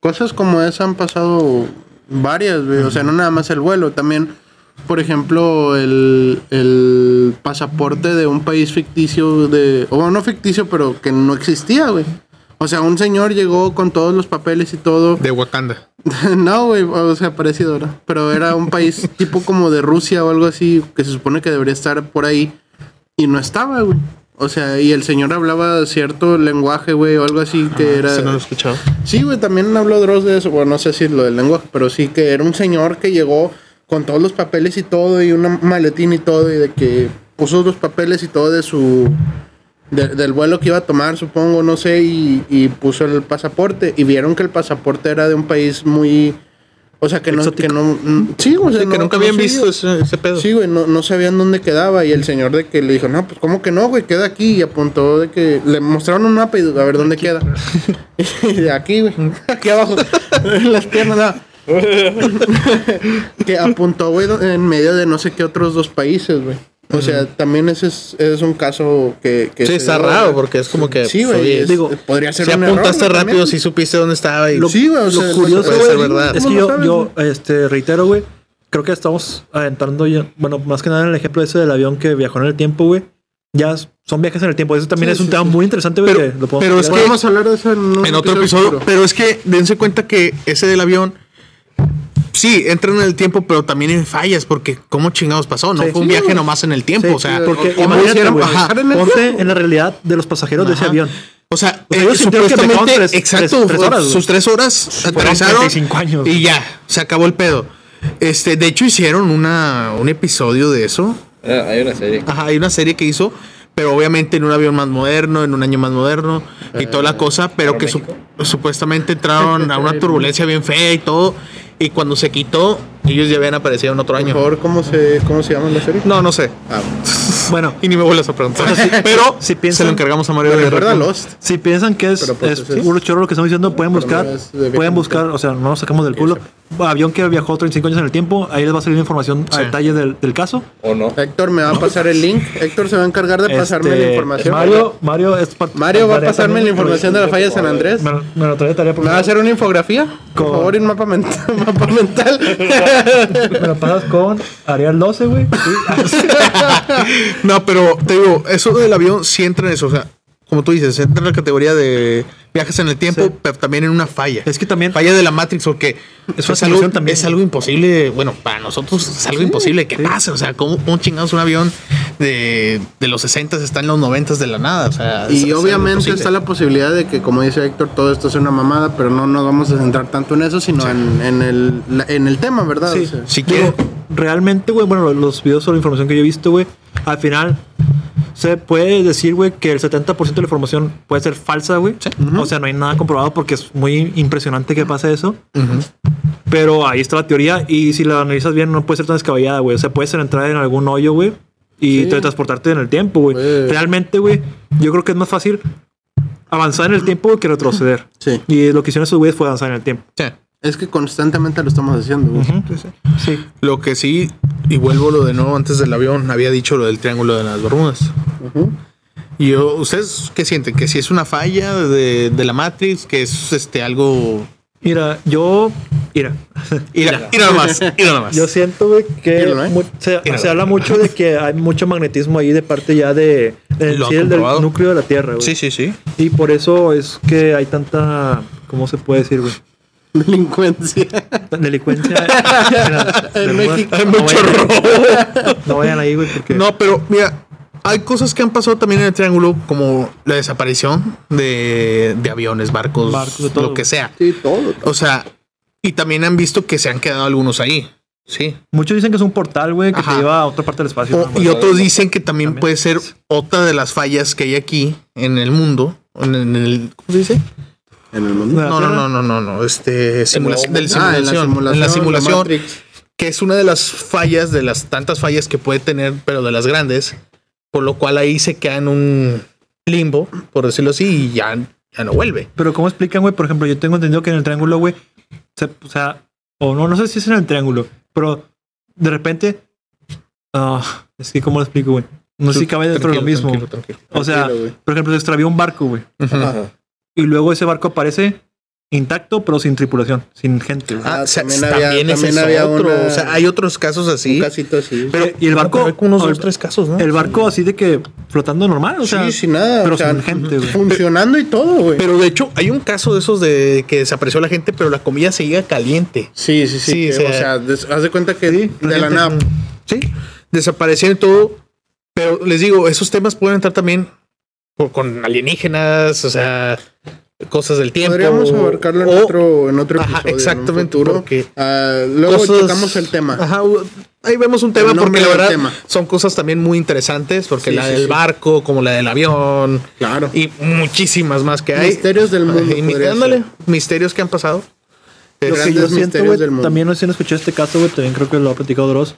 [SPEAKER 3] cosas como esa han pasado varias, güey. O sea, no nada más el vuelo, también, por ejemplo, el, el pasaporte de un país ficticio de... O no ficticio, pero que no existía, güey. O sea, un señor llegó con todos los papeles y todo.
[SPEAKER 4] De Wakanda.
[SPEAKER 3] no, güey, o sea, parecido ahora. Pero era un país tipo como de Rusia o algo así, que se supone que debería estar por ahí. Y no estaba, güey. O sea, y el señor hablaba cierto lenguaje, güey, o algo así que era...
[SPEAKER 4] Eso no lo he escuchado.
[SPEAKER 3] Sí, güey, también habló Dross de eso. Bueno, no sé si lo del lenguaje, pero sí que era un señor que llegó con todos los papeles y todo, y un maletín y todo, y de que puso los papeles y todo de su. de- del vuelo que iba a tomar, supongo, no sé, y, y puso el pasaporte. Y vieron que el pasaporte era de un país muy. O sea, que no. Que no mm, sí, o sea,
[SPEAKER 4] Sí, que
[SPEAKER 3] no-
[SPEAKER 4] nunca
[SPEAKER 3] no
[SPEAKER 4] habían
[SPEAKER 3] sé,
[SPEAKER 4] visto ese, ese pedo.
[SPEAKER 3] Sí, güey, no, no sabían dónde quedaba. Y el señor de que le dijo, no, pues, ¿cómo que no, güey? Queda aquí. Y apuntó de que... Le mostraron un mapa y a ver dónde queda. Y de aquí, güey. Aquí abajo. en las piernas, no. que apuntó, güey, do- en medio de no sé qué otros dos países, güey. O sea, también ese es, ese es un caso que... que
[SPEAKER 4] Sí,
[SPEAKER 3] se
[SPEAKER 4] está
[SPEAKER 3] dio,
[SPEAKER 4] raro
[SPEAKER 3] güey.
[SPEAKER 4] porque es como que. pues,
[SPEAKER 3] Sí, güey,
[SPEAKER 4] oye,
[SPEAKER 3] es-
[SPEAKER 1] digo,
[SPEAKER 3] podría ser
[SPEAKER 4] si
[SPEAKER 3] un
[SPEAKER 4] apuntaste
[SPEAKER 3] error, güey,
[SPEAKER 4] rápido,
[SPEAKER 3] también.
[SPEAKER 4] si supiste dónde estaba y.
[SPEAKER 3] Sí, güey, o sea,
[SPEAKER 1] lo curioso,
[SPEAKER 4] puede ser
[SPEAKER 1] güey,
[SPEAKER 4] verdad.
[SPEAKER 1] es
[SPEAKER 3] ¿Cómo
[SPEAKER 1] que
[SPEAKER 3] lo
[SPEAKER 1] yo,
[SPEAKER 3] sabes,
[SPEAKER 1] yo, este, reitero, güey, creo que estamos adentrando ya, bueno, más que nada en el ejemplo ese del avión que viajó en el tiempo, güey. Ya s- son viajes en el tiempo. Eso también
[SPEAKER 3] Sí,
[SPEAKER 1] es un
[SPEAKER 3] sí,
[SPEAKER 1] tema
[SPEAKER 3] sí.
[SPEAKER 1] muy interesante, güey.
[SPEAKER 4] Pero-
[SPEAKER 1] que lo podemos
[SPEAKER 4] pero es
[SPEAKER 1] platicar.
[SPEAKER 4] que-
[SPEAKER 3] Podemos hablar de eso en, un
[SPEAKER 4] en otro episodio.
[SPEAKER 3] futuro.
[SPEAKER 4] Pero es que dense cuenta que ese del avión. Sí, entran en el tiempo, pero también hay fallas, porque ¿cómo chingados pasó? No
[SPEAKER 1] Sí.
[SPEAKER 4] fue un
[SPEAKER 1] Sí,
[SPEAKER 4] viaje
[SPEAKER 3] güey.
[SPEAKER 4] nomás en el tiempo,
[SPEAKER 1] Sí,
[SPEAKER 4] o sea,
[SPEAKER 1] porque
[SPEAKER 4] ¿cómo
[SPEAKER 1] imagínate,
[SPEAKER 4] hicieron?
[SPEAKER 1] güey,
[SPEAKER 4] Ajá.
[SPEAKER 3] bajar en el
[SPEAKER 1] ponte
[SPEAKER 3] tiempo?
[SPEAKER 1] en la realidad de los pasajeros de ese
[SPEAKER 4] Ajá.
[SPEAKER 1] avión.
[SPEAKER 4] O sea,
[SPEAKER 1] O sea,
[SPEAKER 4] eh,
[SPEAKER 1] ellos sintieron que
[SPEAKER 4] supuestamente,
[SPEAKER 1] dejaron tres-
[SPEAKER 4] exacto,
[SPEAKER 1] tres- tres
[SPEAKER 4] fueron-
[SPEAKER 1] horas, güey.
[SPEAKER 4] sus tres horas
[SPEAKER 1] Fueron
[SPEAKER 4] aterrizaron
[SPEAKER 1] 35 años.
[SPEAKER 4] y ya, se acabó el pedo. Este, de hecho, hicieron una, un episodio de eso,
[SPEAKER 5] Eh, Hay una serie.
[SPEAKER 4] Ajá, hay una serie que hizo, pero obviamente en un avión más moderno, en un año más moderno y toda
[SPEAKER 1] Eh,
[SPEAKER 4] la cosa, pero que su- supuestamente entraron a una turbulencia bien fea y todo, y cuando se quitó, ellos ya habían aparecido en otro
[SPEAKER 3] Por
[SPEAKER 4] año.
[SPEAKER 3] favor, ¿cómo se, ¿cómo se llama la serie?
[SPEAKER 4] No, no sé.
[SPEAKER 3] Ah,
[SPEAKER 1] Bueno,
[SPEAKER 4] Y ni me vuelvas a preguntar. pero
[SPEAKER 1] si
[SPEAKER 4] se
[SPEAKER 1] piensan-
[SPEAKER 4] lo encargamos a Mario
[SPEAKER 3] bueno,
[SPEAKER 4] de
[SPEAKER 3] recuerda Lost.
[SPEAKER 1] si piensan que es,
[SPEAKER 3] Pero, pues,
[SPEAKER 1] es
[SPEAKER 3] es-
[SPEAKER 1] puro chorro lo que estamos diciendo, pueden
[SPEAKER 3] Pero
[SPEAKER 1] buscar,
[SPEAKER 3] no es de viaje en
[SPEAKER 1] pueden
[SPEAKER 3] el
[SPEAKER 1] buscar,
[SPEAKER 3] tiempo.
[SPEAKER 1] o sea, no nos sacamos del culo. Avión que viajó 35 años en el tiempo, ahí les va a salir información a
[SPEAKER 4] Sí.
[SPEAKER 1] detalle del, del caso.
[SPEAKER 5] ¿O no?
[SPEAKER 3] Héctor me va a pasar el link. Héctor se va a encargar de pasarme
[SPEAKER 1] Este,
[SPEAKER 3] la información.
[SPEAKER 1] Mario, Mario, es pa-
[SPEAKER 3] Mario va a
[SPEAKER 1] tarea
[SPEAKER 3] pasarme
[SPEAKER 1] también,
[SPEAKER 3] la información de la falla de San
[SPEAKER 1] güey.
[SPEAKER 3] Andrés.
[SPEAKER 1] Me,
[SPEAKER 3] Me
[SPEAKER 1] lo- me lo trae de tarea por
[SPEAKER 3] va a
[SPEAKER 1] favor.
[SPEAKER 3] hacer una infografía. Por
[SPEAKER 1] Con-
[SPEAKER 3] favor, y un mapa mental. mapa mental.
[SPEAKER 1] Me lo pasas con Ariel 12, güey. Sí.
[SPEAKER 4] No, pero te digo, eso del avión sí entra en eso, o sea, como tú dices, entra en la categoría de viajes en el tiempo,
[SPEAKER 1] Sí.
[SPEAKER 4] pero también en una falla.
[SPEAKER 1] Es que también-
[SPEAKER 4] Falla de la Matrix, porque
[SPEAKER 1] Es una
[SPEAKER 4] es, algo,
[SPEAKER 1] solución también.
[SPEAKER 4] es algo imposible, bueno, para nosotros es algo imposible que pase, o sea, ¿cómo, cómo chingados un avión de, de los 60 está en los 90 de la nada? O sea, es- es
[SPEAKER 3] Y
[SPEAKER 4] algo
[SPEAKER 3] obviamente
[SPEAKER 4] imposible.
[SPEAKER 3] está la posibilidad de que, como dice Héctor, todo esto es una mamada, pero no nos vamos a centrar tanto en eso, sino en, en el, la- en el tema, ¿verdad?
[SPEAKER 1] Sí.
[SPEAKER 3] O sea,
[SPEAKER 4] Si
[SPEAKER 1] Digo,
[SPEAKER 4] quiere-
[SPEAKER 1] realmente, güey, bueno, los videos sobre la información que yo he visto, güey, al final se puede decir, güey, que el 70% de la información puede ser falsa, güey. O sea, no hay nada comprobado porque es muy impresionante que pase eso. Pero ahí está la teoría y si la analizas bien, no puede ser tan descabellada, güey. O sea, puede ser entrar en algún hoyo, güey, y
[SPEAKER 3] Sí.
[SPEAKER 1] transportarte en el tiempo, güey.
[SPEAKER 3] Güey.
[SPEAKER 1] Realmente, güey, yo creo que es más fácil avanzar en el tiempo que retroceder.
[SPEAKER 3] Sí.
[SPEAKER 1] Y lo que hicieron esos güeyes fue avanzar en el tiempo.
[SPEAKER 4] Sí.
[SPEAKER 3] Es que constantemente lo estamos haciendo, güey.
[SPEAKER 1] Sí.
[SPEAKER 4] Lo que sí, y vuelvo lo de nuevo antes del avión, había dicho lo del triángulo de las Bermudas.
[SPEAKER 3] Ujú.
[SPEAKER 4] Y yo, ¿ustedes qué sienten? ¿Que si es una falla de, de la Matrix? ¿Que es este algo...?
[SPEAKER 1] Mira, yo. Mira.
[SPEAKER 4] Mira, mira nomás, mira nomás.
[SPEAKER 1] Yo siento, güey, que
[SPEAKER 3] Míralo, ¿eh?
[SPEAKER 1] mu- se,
[SPEAKER 4] Míralo.
[SPEAKER 1] se habla mucho de que hay mucho magnetismo ahí de parte ya de, de-
[SPEAKER 4] Lo han
[SPEAKER 1] sí, del
[SPEAKER 4] comprobado.
[SPEAKER 1] núcleo de la Tierra, güey.
[SPEAKER 4] Sí, sí, sí.
[SPEAKER 1] Y por eso es que hay tanta. ¿Cómo se puede decir, güey?
[SPEAKER 3] Delincuencia.
[SPEAKER 1] Delincuencia.
[SPEAKER 3] En México.
[SPEAKER 4] Hay mucho
[SPEAKER 1] vayan,
[SPEAKER 4] robo.
[SPEAKER 1] No vayan ahí, güey, porque.
[SPEAKER 4] No, pero mira, hay cosas que han pasado también en el triángulo, como la desaparición de, de aviones, barcos,
[SPEAKER 1] Barcos, de todo.
[SPEAKER 4] lo que sea.
[SPEAKER 3] Sí, todo.
[SPEAKER 4] O sea, y también han visto que se han quedado algunos ahí. Sí.
[SPEAKER 1] Muchos dicen que es un portal, güey, que
[SPEAKER 4] Ajá.
[SPEAKER 1] te lleva a otra parte del espacio.
[SPEAKER 4] O-
[SPEAKER 1] ¿no,
[SPEAKER 4] y
[SPEAKER 1] güey?
[SPEAKER 4] otros dicen que también,
[SPEAKER 1] También.
[SPEAKER 4] puede ser otra de las fallas que hay aquí en el mundo. En, en el, ¿Cómo se dice?
[SPEAKER 3] En el mundo.
[SPEAKER 1] ¿La
[SPEAKER 4] No, no,
[SPEAKER 1] Tierra?
[SPEAKER 4] no, no, no, no. Este, simulación,
[SPEAKER 5] nuevo
[SPEAKER 4] del
[SPEAKER 3] mundo. Ah, en la
[SPEAKER 4] simulación, En la
[SPEAKER 3] simulación, la
[SPEAKER 4] simulación.
[SPEAKER 3] Matrix.
[SPEAKER 4] que es una de las fallas, de las tantas fallas que puede tener, pero de las grandes. Por lo cual ahí se queda en un limbo, por decirlo así, y ya, ya no vuelve.
[SPEAKER 1] Pero ¿cómo explican, güey? Por ejemplo, yo tengo entendido que en el triángulo, güey, se- o sea, o no, no sé si es en el triángulo, pero de repente, ah, es que ¿cómo lo explico, güey? No sé si cabe dentro de lo
[SPEAKER 4] Tranquilo,
[SPEAKER 1] mismo.
[SPEAKER 4] tranquilo, tranquilo.
[SPEAKER 1] o sea,
[SPEAKER 3] Tranquilo, güey.
[SPEAKER 1] por ejemplo, se extravió un barco, güey,
[SPEAKER 3] Ah,
[SPEAKER 5] Ajá.
[SPEAKER 1] y luego ese barco aparece intacto, pero sin tripulación, sin gente, güey.
[SPEAKER 4] Ah,
[SPEAKER 3] Ah,
[SPEAKER 4] o sea,
[SPEAKER 3] también
[SPEAKER 4] también,
[SPEAKER 3] había-
[SPEAKER 4] ese es
[SPEAKER 3] también había
[SPEAKER 4] otro.
[SPEAKER 3] una-
[SPEAKER 4] O sea, hay otros casos así.
[SPEAKER 3] Un casito así.
[SPEAKER 1] Pero- y el barco-
[SPEAKER 4] Hay como unos
[SPEAKER 1] o el-
[SPEAKER 4] dos, tres casos, ¿no?
[SPEAKER 1] El barco así de que flotando normal, o sea,
[SPEAKER 3] sí, sin nada.
[SPEAKER 1] pero
[SPEAKER 3] o sea,
[SPEAKER 1] sin gente, güey.
[SPEAKER 3] Funcionando y todo, güey.
[SPEAKER 4] Pero de hecho, hay un caso de esos de que desapareció la gente, pero la comida seguía caliente.
[SPEAKER 3] Sí, sí, sí.
[SPEAKER 4] Sí,
[SPEAKER 3] que,
[SPEAKER 4] o sea-
[SPEAKER 3] o sea, des- haz de cuenta que de la
[SPEAKER 1] gente-
[SPEAKER 3] nada.
[SPEAKER 4] Sí, desaparecieron y todo. Pero les digo, esos temas pueden entrar también por- con alienígenas, o sea, cosas del tiempo.
[SPEAKER 3] Podríamos abarcarlo en,
[SPEAKER 4] o-
[SPEAKER 3] otro, en otro
[SPEAKER 4] Ajá,
[SPEAKER 3] episodio. en un
[SPEAKER 4] exactamente,
[SPEAKER 3] futuro.
[SPEAKER 4] porque
[SPEAKER 3] Ah, luego
[SPEAKER 4] cosas-
[SPEAKER 3] tocamos el tema.
[SPEAKER 4] Ajá, u- ahí vemos un tema
[SPEAKER 3] El nombre
[SPEAKER 4] porque la
[SPEAKER 3] del
[SPEAKER 4] verdad
[SPEAKER 3] tema.
[SPEAKER 4] son cosas también muy interesantes, porque
[SPEAKER 3] Sí,
[SPEAKER 4] la
[SPEAKER 3] sí,
[SPEAKER 4] del
[SPEAKER 3] sí.
[SPEAKER 4] barco, como la del avión,
[SPEAKER 3] Claro.
[SPEAKER 4] y muchísimas más que hay.
[SPEAKER 3] Misterios del mundo.
[SPEAKER 4] Y mi-
[SPEAKER 3] podría
[SPEAKER 4] ándale,
[SPEAKER 3] ser.
[SPEAKER 4] misterios que han pasado.
[SPEAKER 1] Lo que
[SPEAKER 3] grandes
[SPEAKER 1] yo siento,
[SPEAKER 3] misterios
[SPEAKER 1] güey,
[SPEAKER 3] del mundo.
[SPEAKER 1] también no sé si han escuchado este caso, güey, también creo que lo ha platicado Dross.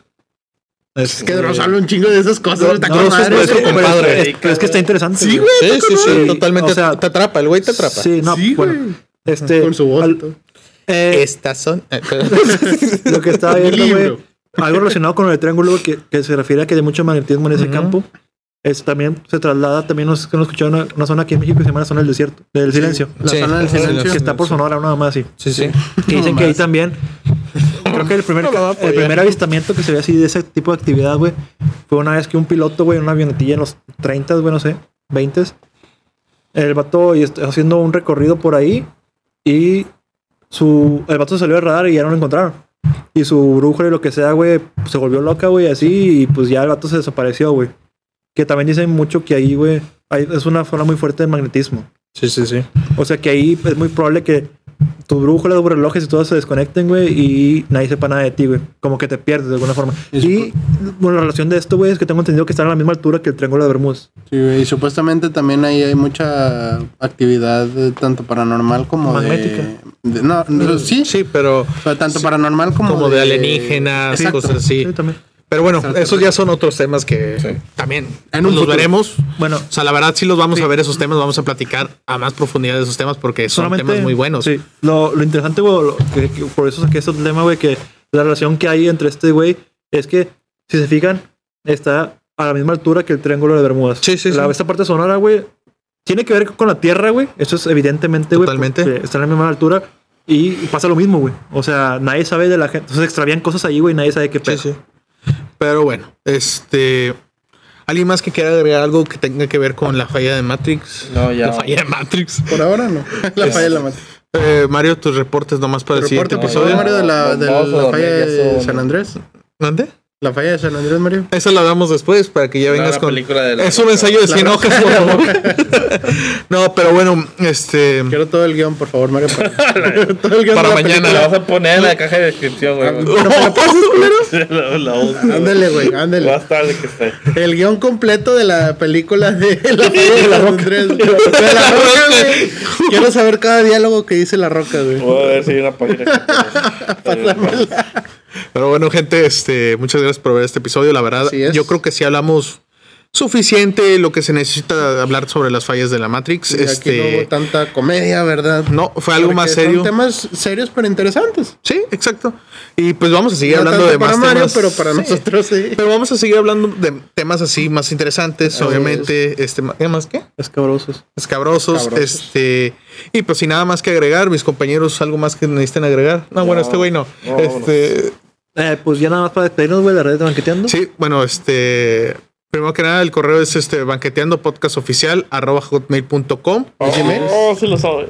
[SPEAKER 3] Es que
[SPEAKER 4] Este,
[SPEAKER 3] Dross habla un chingo de esas cosas. está
[SPEAKER 4] Dross
[SPEAKER 3] con
[SPEAKER 4] es
[SPEAKER 3] madre,
[SPEAKER 1] pero,
[SPEAKER 4] nuestro
[SPEAKER 3] güey.
[SPEAKER 1] pero-
[SPEAKER 4] compadre.
[SPEAKER 1] pero es, pero es que está interesante.
[SPEAKER 4] Sí, güey,
[SPEAKER 5] Sí, sí, sí,
[SPEAKER 1] Sí,
[SPEAKER 4] totalmente.
[SPEAKER 1] o sea,
[SPEAKER 4] te atrapa, el güey te atrapa.
[SPEAKER 1] Sí, no,
[SPEAKER 3] Sí,
[SPEAKER 1] bueno,
[SPEAKER 3] güey.
[SPEAKER 1] Este,
[SPEAKER 3] Con su voz.
[SPEAKER 1] al-
[SPEAKER 3] y todo.
[SPEAKER 1] eh,
[SPEAKER 4] Estas son.
[SPEAKER 1] lo que estaba viendo,
[SPEAKER 3] libro.
[SPEAKER 1] güey, algo relacionado con el triángulo güey, que, que se refiere a que hay mucho magnetismo en ese
[SPEAKER 4] Ujú.
[SPEAKER 1] campo. Es, también se traslada, también nos, que nos escucharon una, una zona aquí en México que se llama la zona del desierto, del silencio,
[SPEAKER 3] La zona del silencio.
[SPEAKER 1] que está por Sonora, una más así.
[SPEAKER 4] Sí, sí.
[SPEAKER 1] Y dicen que ahí también, creo que el primer,
[SPEAKER 4] No pues la va a
[SPEAKER 1] el
[SPEAKER 4] apoyar.
[SPEAKER 1] primer avistamiento que se ve así de ese tipo de actividad, güey, fue una vez que un piloto, güey, en una avionetilla en los 30, güey, no sé, 20, el vato y est- haciendo un recorrido por ahí y su, el vato salió del radar y ya no lo encontraron. Y su brújula y lo que sea, güey, pues, se volvió loca, güey, así, y pues ya el vato se desapareció, güey. Que también dicen mucho que ahí, güey, hay- es una zona muy fuerte de magnetismo.
[SPEAKER 4] Sí, sí, sí.
[SPEAKER 1] O sea que ahí es muy probable que tu brújula, tus relojes y todo se desconecten, güey, y nadie sepa nada de ti, güey. Como que te pierdes de alguna forma. Y bueno, la relación de esto, güey, es que tengo entendido que están a la misma altura que el Triángulo de Bermúdez.
[SPEAKER 3] Sí, güey, y supuestamente también ahí hay mucha actividad eh, tanto paranormal como de-
[SPEAKER 1] Magnética.
[SPEAKER 3] de- no, no, sí,
[SPEAKER 4] Sí, pero
[SPEAKER 3] o sea, tanto paranormal como,
[SPEAKER 4] como de alienígenas,
[SPEAKER 3] Exacto.
[SPEAKER 4] cosas así.
[SPEAKER 1] Sí, también.
[SPEAKER 4] Pero bueno, esos ya son otros temas que
[SPEAKER 5] Sí.
[SPEAKER 4] también
[SPEAKER 3] En
[SPEAKER 4] pues
[SPEAKER 3] un
[SPEAKER 4] los
[SPEAKER 3] futuro.
[SPEAKER 4] veremos.
[SPEAKER 1] Bueno,
[SPEAKER 4] O sea, la verdad sí los vamos a ver esos temas, vamos a platicar a más profundidad de esos temas porque son
[SPEAKER 1] solamente.
[SPEAKER 4] temas muy buenos.
[SPEAKER 1] Sí. Lo, lo interesante, güey, lo que- que por eso saqué este tema, güey, que la relación que hay entre este güey es que, si se fijan, está a la misma altura que el Triángulo de Bermúdez.
[SPEAKER 4] Sí, sí,
[SPEAKER 1] La-
[SPEAKER 4] sí.
[SPEAKER 1] Esta parte sonora, güey, tiene que ver con la Tierra, güey. Eso es evidentemente, güey.
[SPEAKER 4] Totalmente.
[SPEAKER 1] porque Está en la misma altura y pasa lo mismo, güey. O sea, nadie sabe de la gente. Entonces extravían cosas ahí, güey, nadie sabe qué
[SPEAKER 4] Sí,
[SPEAKER 1] pedo.
[SPEAKER 4] sí. Pero bueno, este. ¿Alguien más que quiera agregar algo que tenga que ver con la falla de Matrix?
[SPEAKER 5] No, ya.
[SPEAKER 4] La falla de Matrix.
[SPEAKER 3] por ahora no. La falla de la mata.
[SPEAKER 4] Eh, Mario, tus reportes nomás para el siguiente
[SPEAKER 3] Reporte, por favor,
[SPEAKER 4] episodio.
[SPEAKER 3] Mario, de la, de
[SPEAKER 5] Vamos a
[SPEAKER 3] la
[SPEAKER 5] dormir,
[SPEAKER 3] falla
[SPEAKER 5] ya
[SPEAKER 3] de
[SPEAKER 5] son-
[SPEAKER 3] San Andrés.
[SPEAKER 4] ¿Dónde?
[SPEAKER 3] La falla de San Andrés, Mario.
[SPEAKER 4] Esa la damos después para que ya
[SPEAKER 5] La-
[SPEAKER 4] vengas
[SPEAKER 5] la
[SPEAKER 4] con.
[SPEAKER 5] película de la-
[SPEAKER 4] es un ensayo de 100 hojas, por favor. no, pero bueno, este.
[SPEAKER 3] Quiero todo el guión, por favor, Mario. Para, todo el guión
[SPEAKER 4] Para
[SPEAKER 3] de la
[SPEAKER 4] mañana.
[SPEAKER 5] La vas a poner en la caja de descripción, güey. la, la voz,
[SPEAKER 3] película.
[SPEAKER 5] güey.
[SPEAKER 3] Ándale, güey,
[SPEAKER 5] Más
[SPEAKER 3] ándale.
[SPEAKER 5] tarde que esté.
[SPEAKER 3] El guión completo de la película de la falla de San Andrés. güey. De la roca, güey. Quiero saber cada diálogo que dice la roca, güey.
[SPEAKER 4] Oh,
[SPEAKER 5] Voy a ver si hay una página que Eh,
[SPEAKER 4] Pero bueno, gente, este, muchas gracias por ver este episodio. La verdad,
[SPEAKER 3] Así es.
[SPEAKER 4] yo creo que sí hablamos suficiente lo que se necesita hablar sobre las fallas de la Matrix.
[SPEAKER 3] Y Aquí no
[SPEAKER 4] este,
[SPEAKER 3] hubo tanta comedia, ¿verdad?
[SPEAKER 4] No, fue algo más serio.
[SPEAKER 3] Son temas serios pero interesantes.
[SPEAKER 4] Sí, exacto. Y pues vamos a seguir
[SPEAKER 3] No
[SPEAKER 4] hablando
[SPEAKER 3] tanto
[SPEAKER 4] de más
[SPEAKER 3] para Mario,
[SPEAKER 4] temas.
[SPEAKER 3] pero para
[SPEAKER 4] Sí.
[SPEAKER 3] nosotros sí.
[SPEAKER 4] Pero vamos a seguir hablando de temas así más interesantes,
[SPEAKER 3] Así
[SPEAKER 4] obviamente. Este, ¿qué más qué?
[SPEAKER 1] Escabrosos.
[SPEAKER 4] Escabrosos,
[SPEAKER 3] Escabrosos.
[SPEAKER 4] Este. Y pues sin nada más que agregar, mis compañeros, algo más que necesiten agregar. No, bueno, este güey no.
[SPEAKER 5] no,
[SPEAKER 4] este.
[SPEAKER 1] Eh, pues ya nada más para despedirnos, güey, de la red de banqueteando.
[SPEAKER 4] Sí, bueno, este. Primero que nada, el correo es este banqueteando podcast oficial arroba hotmail.com.
[SPEAKER 6] Oh, sí lo sabe.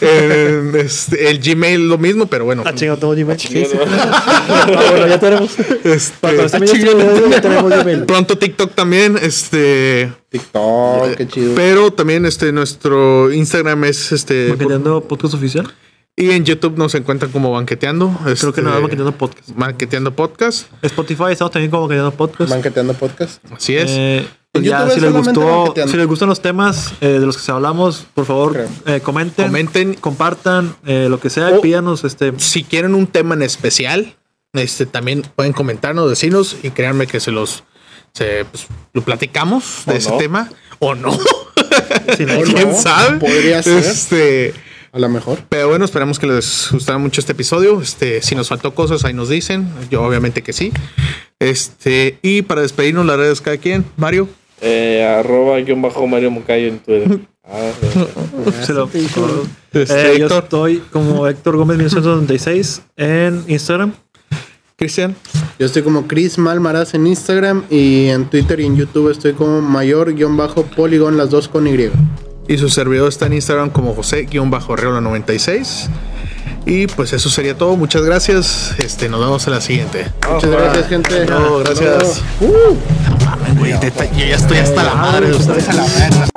[SPEAKER 4] Eh, este, el Gmail lo mismo, pero bueno.
[SPEAKER 1] Ah, chingado, tengo Gmail.
[SPEAKER 5] Mierda.
[SPEAKER 1] Ah, bueno, ya tenemos. Para
[SPEAKER 4] Este,
[SPEAKER 1] conocer mi Gmail, ya tenemos Gmail.
[SPEAKER 4] pronto TikTok también. Este.
[SPEAKER 3] TikTok, qué chido.
[SPEAKER 4] Pero también este nuestro Instagram es este
[SPEAKER 1] Banqueteando podcast oficial.
[SPEAKER 4] y en YouTube nos encuentran como banqueteando.
[SPEAKER 1] Creo que nada
[SPEAKER 4] Este,
[SPEAKER 1] más banqueteando podcast.
[SPEAKER 4] Banqueteando podcast.
[SPEAKER 1] Spotify, estamos también como banqueteando podcast.
[SPEAKER 3] Banqueteando podcast.
[SPEAKER 4] Así es.
[SPEAKER 1] Eh,
[SPEAKER 3] En
[SPEAKER 1] ya,
[SPEAKER 3] YouTube
[SPEAKER 1] si
[SPEAKER 3] es
[SPEAKER 1] les
[SPEAKER 3] solamente
[SPEAKER 1] gustó,
[SPEAKER 3] banqueteando.
[SPEAKER 1] si les gustan los temas eh, de los que se hablamos, por favor,
[SPEAKER 3] Creo.
[SPEAKER 1] eh, comenten,
[SPEAKER 4] Comenten.
[SPEAKER 1] compartan, eh, lo que sea,
[SPEAKER 4] O-
[SPEAKER 1] pídanos este
[SPEAKER 4] si quieren un tema en especial, este también pueden comentarnos, decirnos y créanme que se los se, pues, lo platicamos de
[SPEAKER 5] O
[SPEAKER 4] ese
[SPEAKER 5] no.
[SPEAKER 4] tema o no.
[SPEAKER 1] sin
[SPEAKER 3] O no,
[SPEAKER 4] ¿Quién sabe?
[SPEAKER 3] podría ser.
[SPEAKER 4] Este,
[SPEAKER 3] A lo mejor.
[SPEAKER 4] Pero bueno, esperamos que les gustara mucho este episodio. Este, si nos faltó cosas, ahí nos dicen. Yo obviamente que sí. Este, y para despedirnos, las redes cada quien. Mario.
[SPEAKER 5] Eh, arroba guión bajo Mario Moncayo en Twitter. Ah, sí.
[SPEAKER 1] se lo-
[SPEAKER 4] Este,
[SPEAKER 1] Eh, yo
[SPEAKER 4] Héctor.
[SPEAKER 1] estoy como Héctor Gómez 1996 en Instagram.
[SPEAKER 4] Cristian.
[SPEAKER 3] Yo estoy como Chris Malmaraz en Instagram y en Twitter y en YouTube estoy como mayor-polygon, las dos con Y.
[SPEAKER 4] Y su servidor está en Instagram como José-Reola96. Y pues eso sería todo. Muchas gracias. Este, nos vemos en la siguiente.
[SPEAKER 3] Muchas gracias, gente.
[SPEAKER 4] Ah, No, gracias.
[SPEAKER 3] Hasta luego.
[SPEAKER 4] Güey, neta, yo ya estoy hasta la madre de ustedes.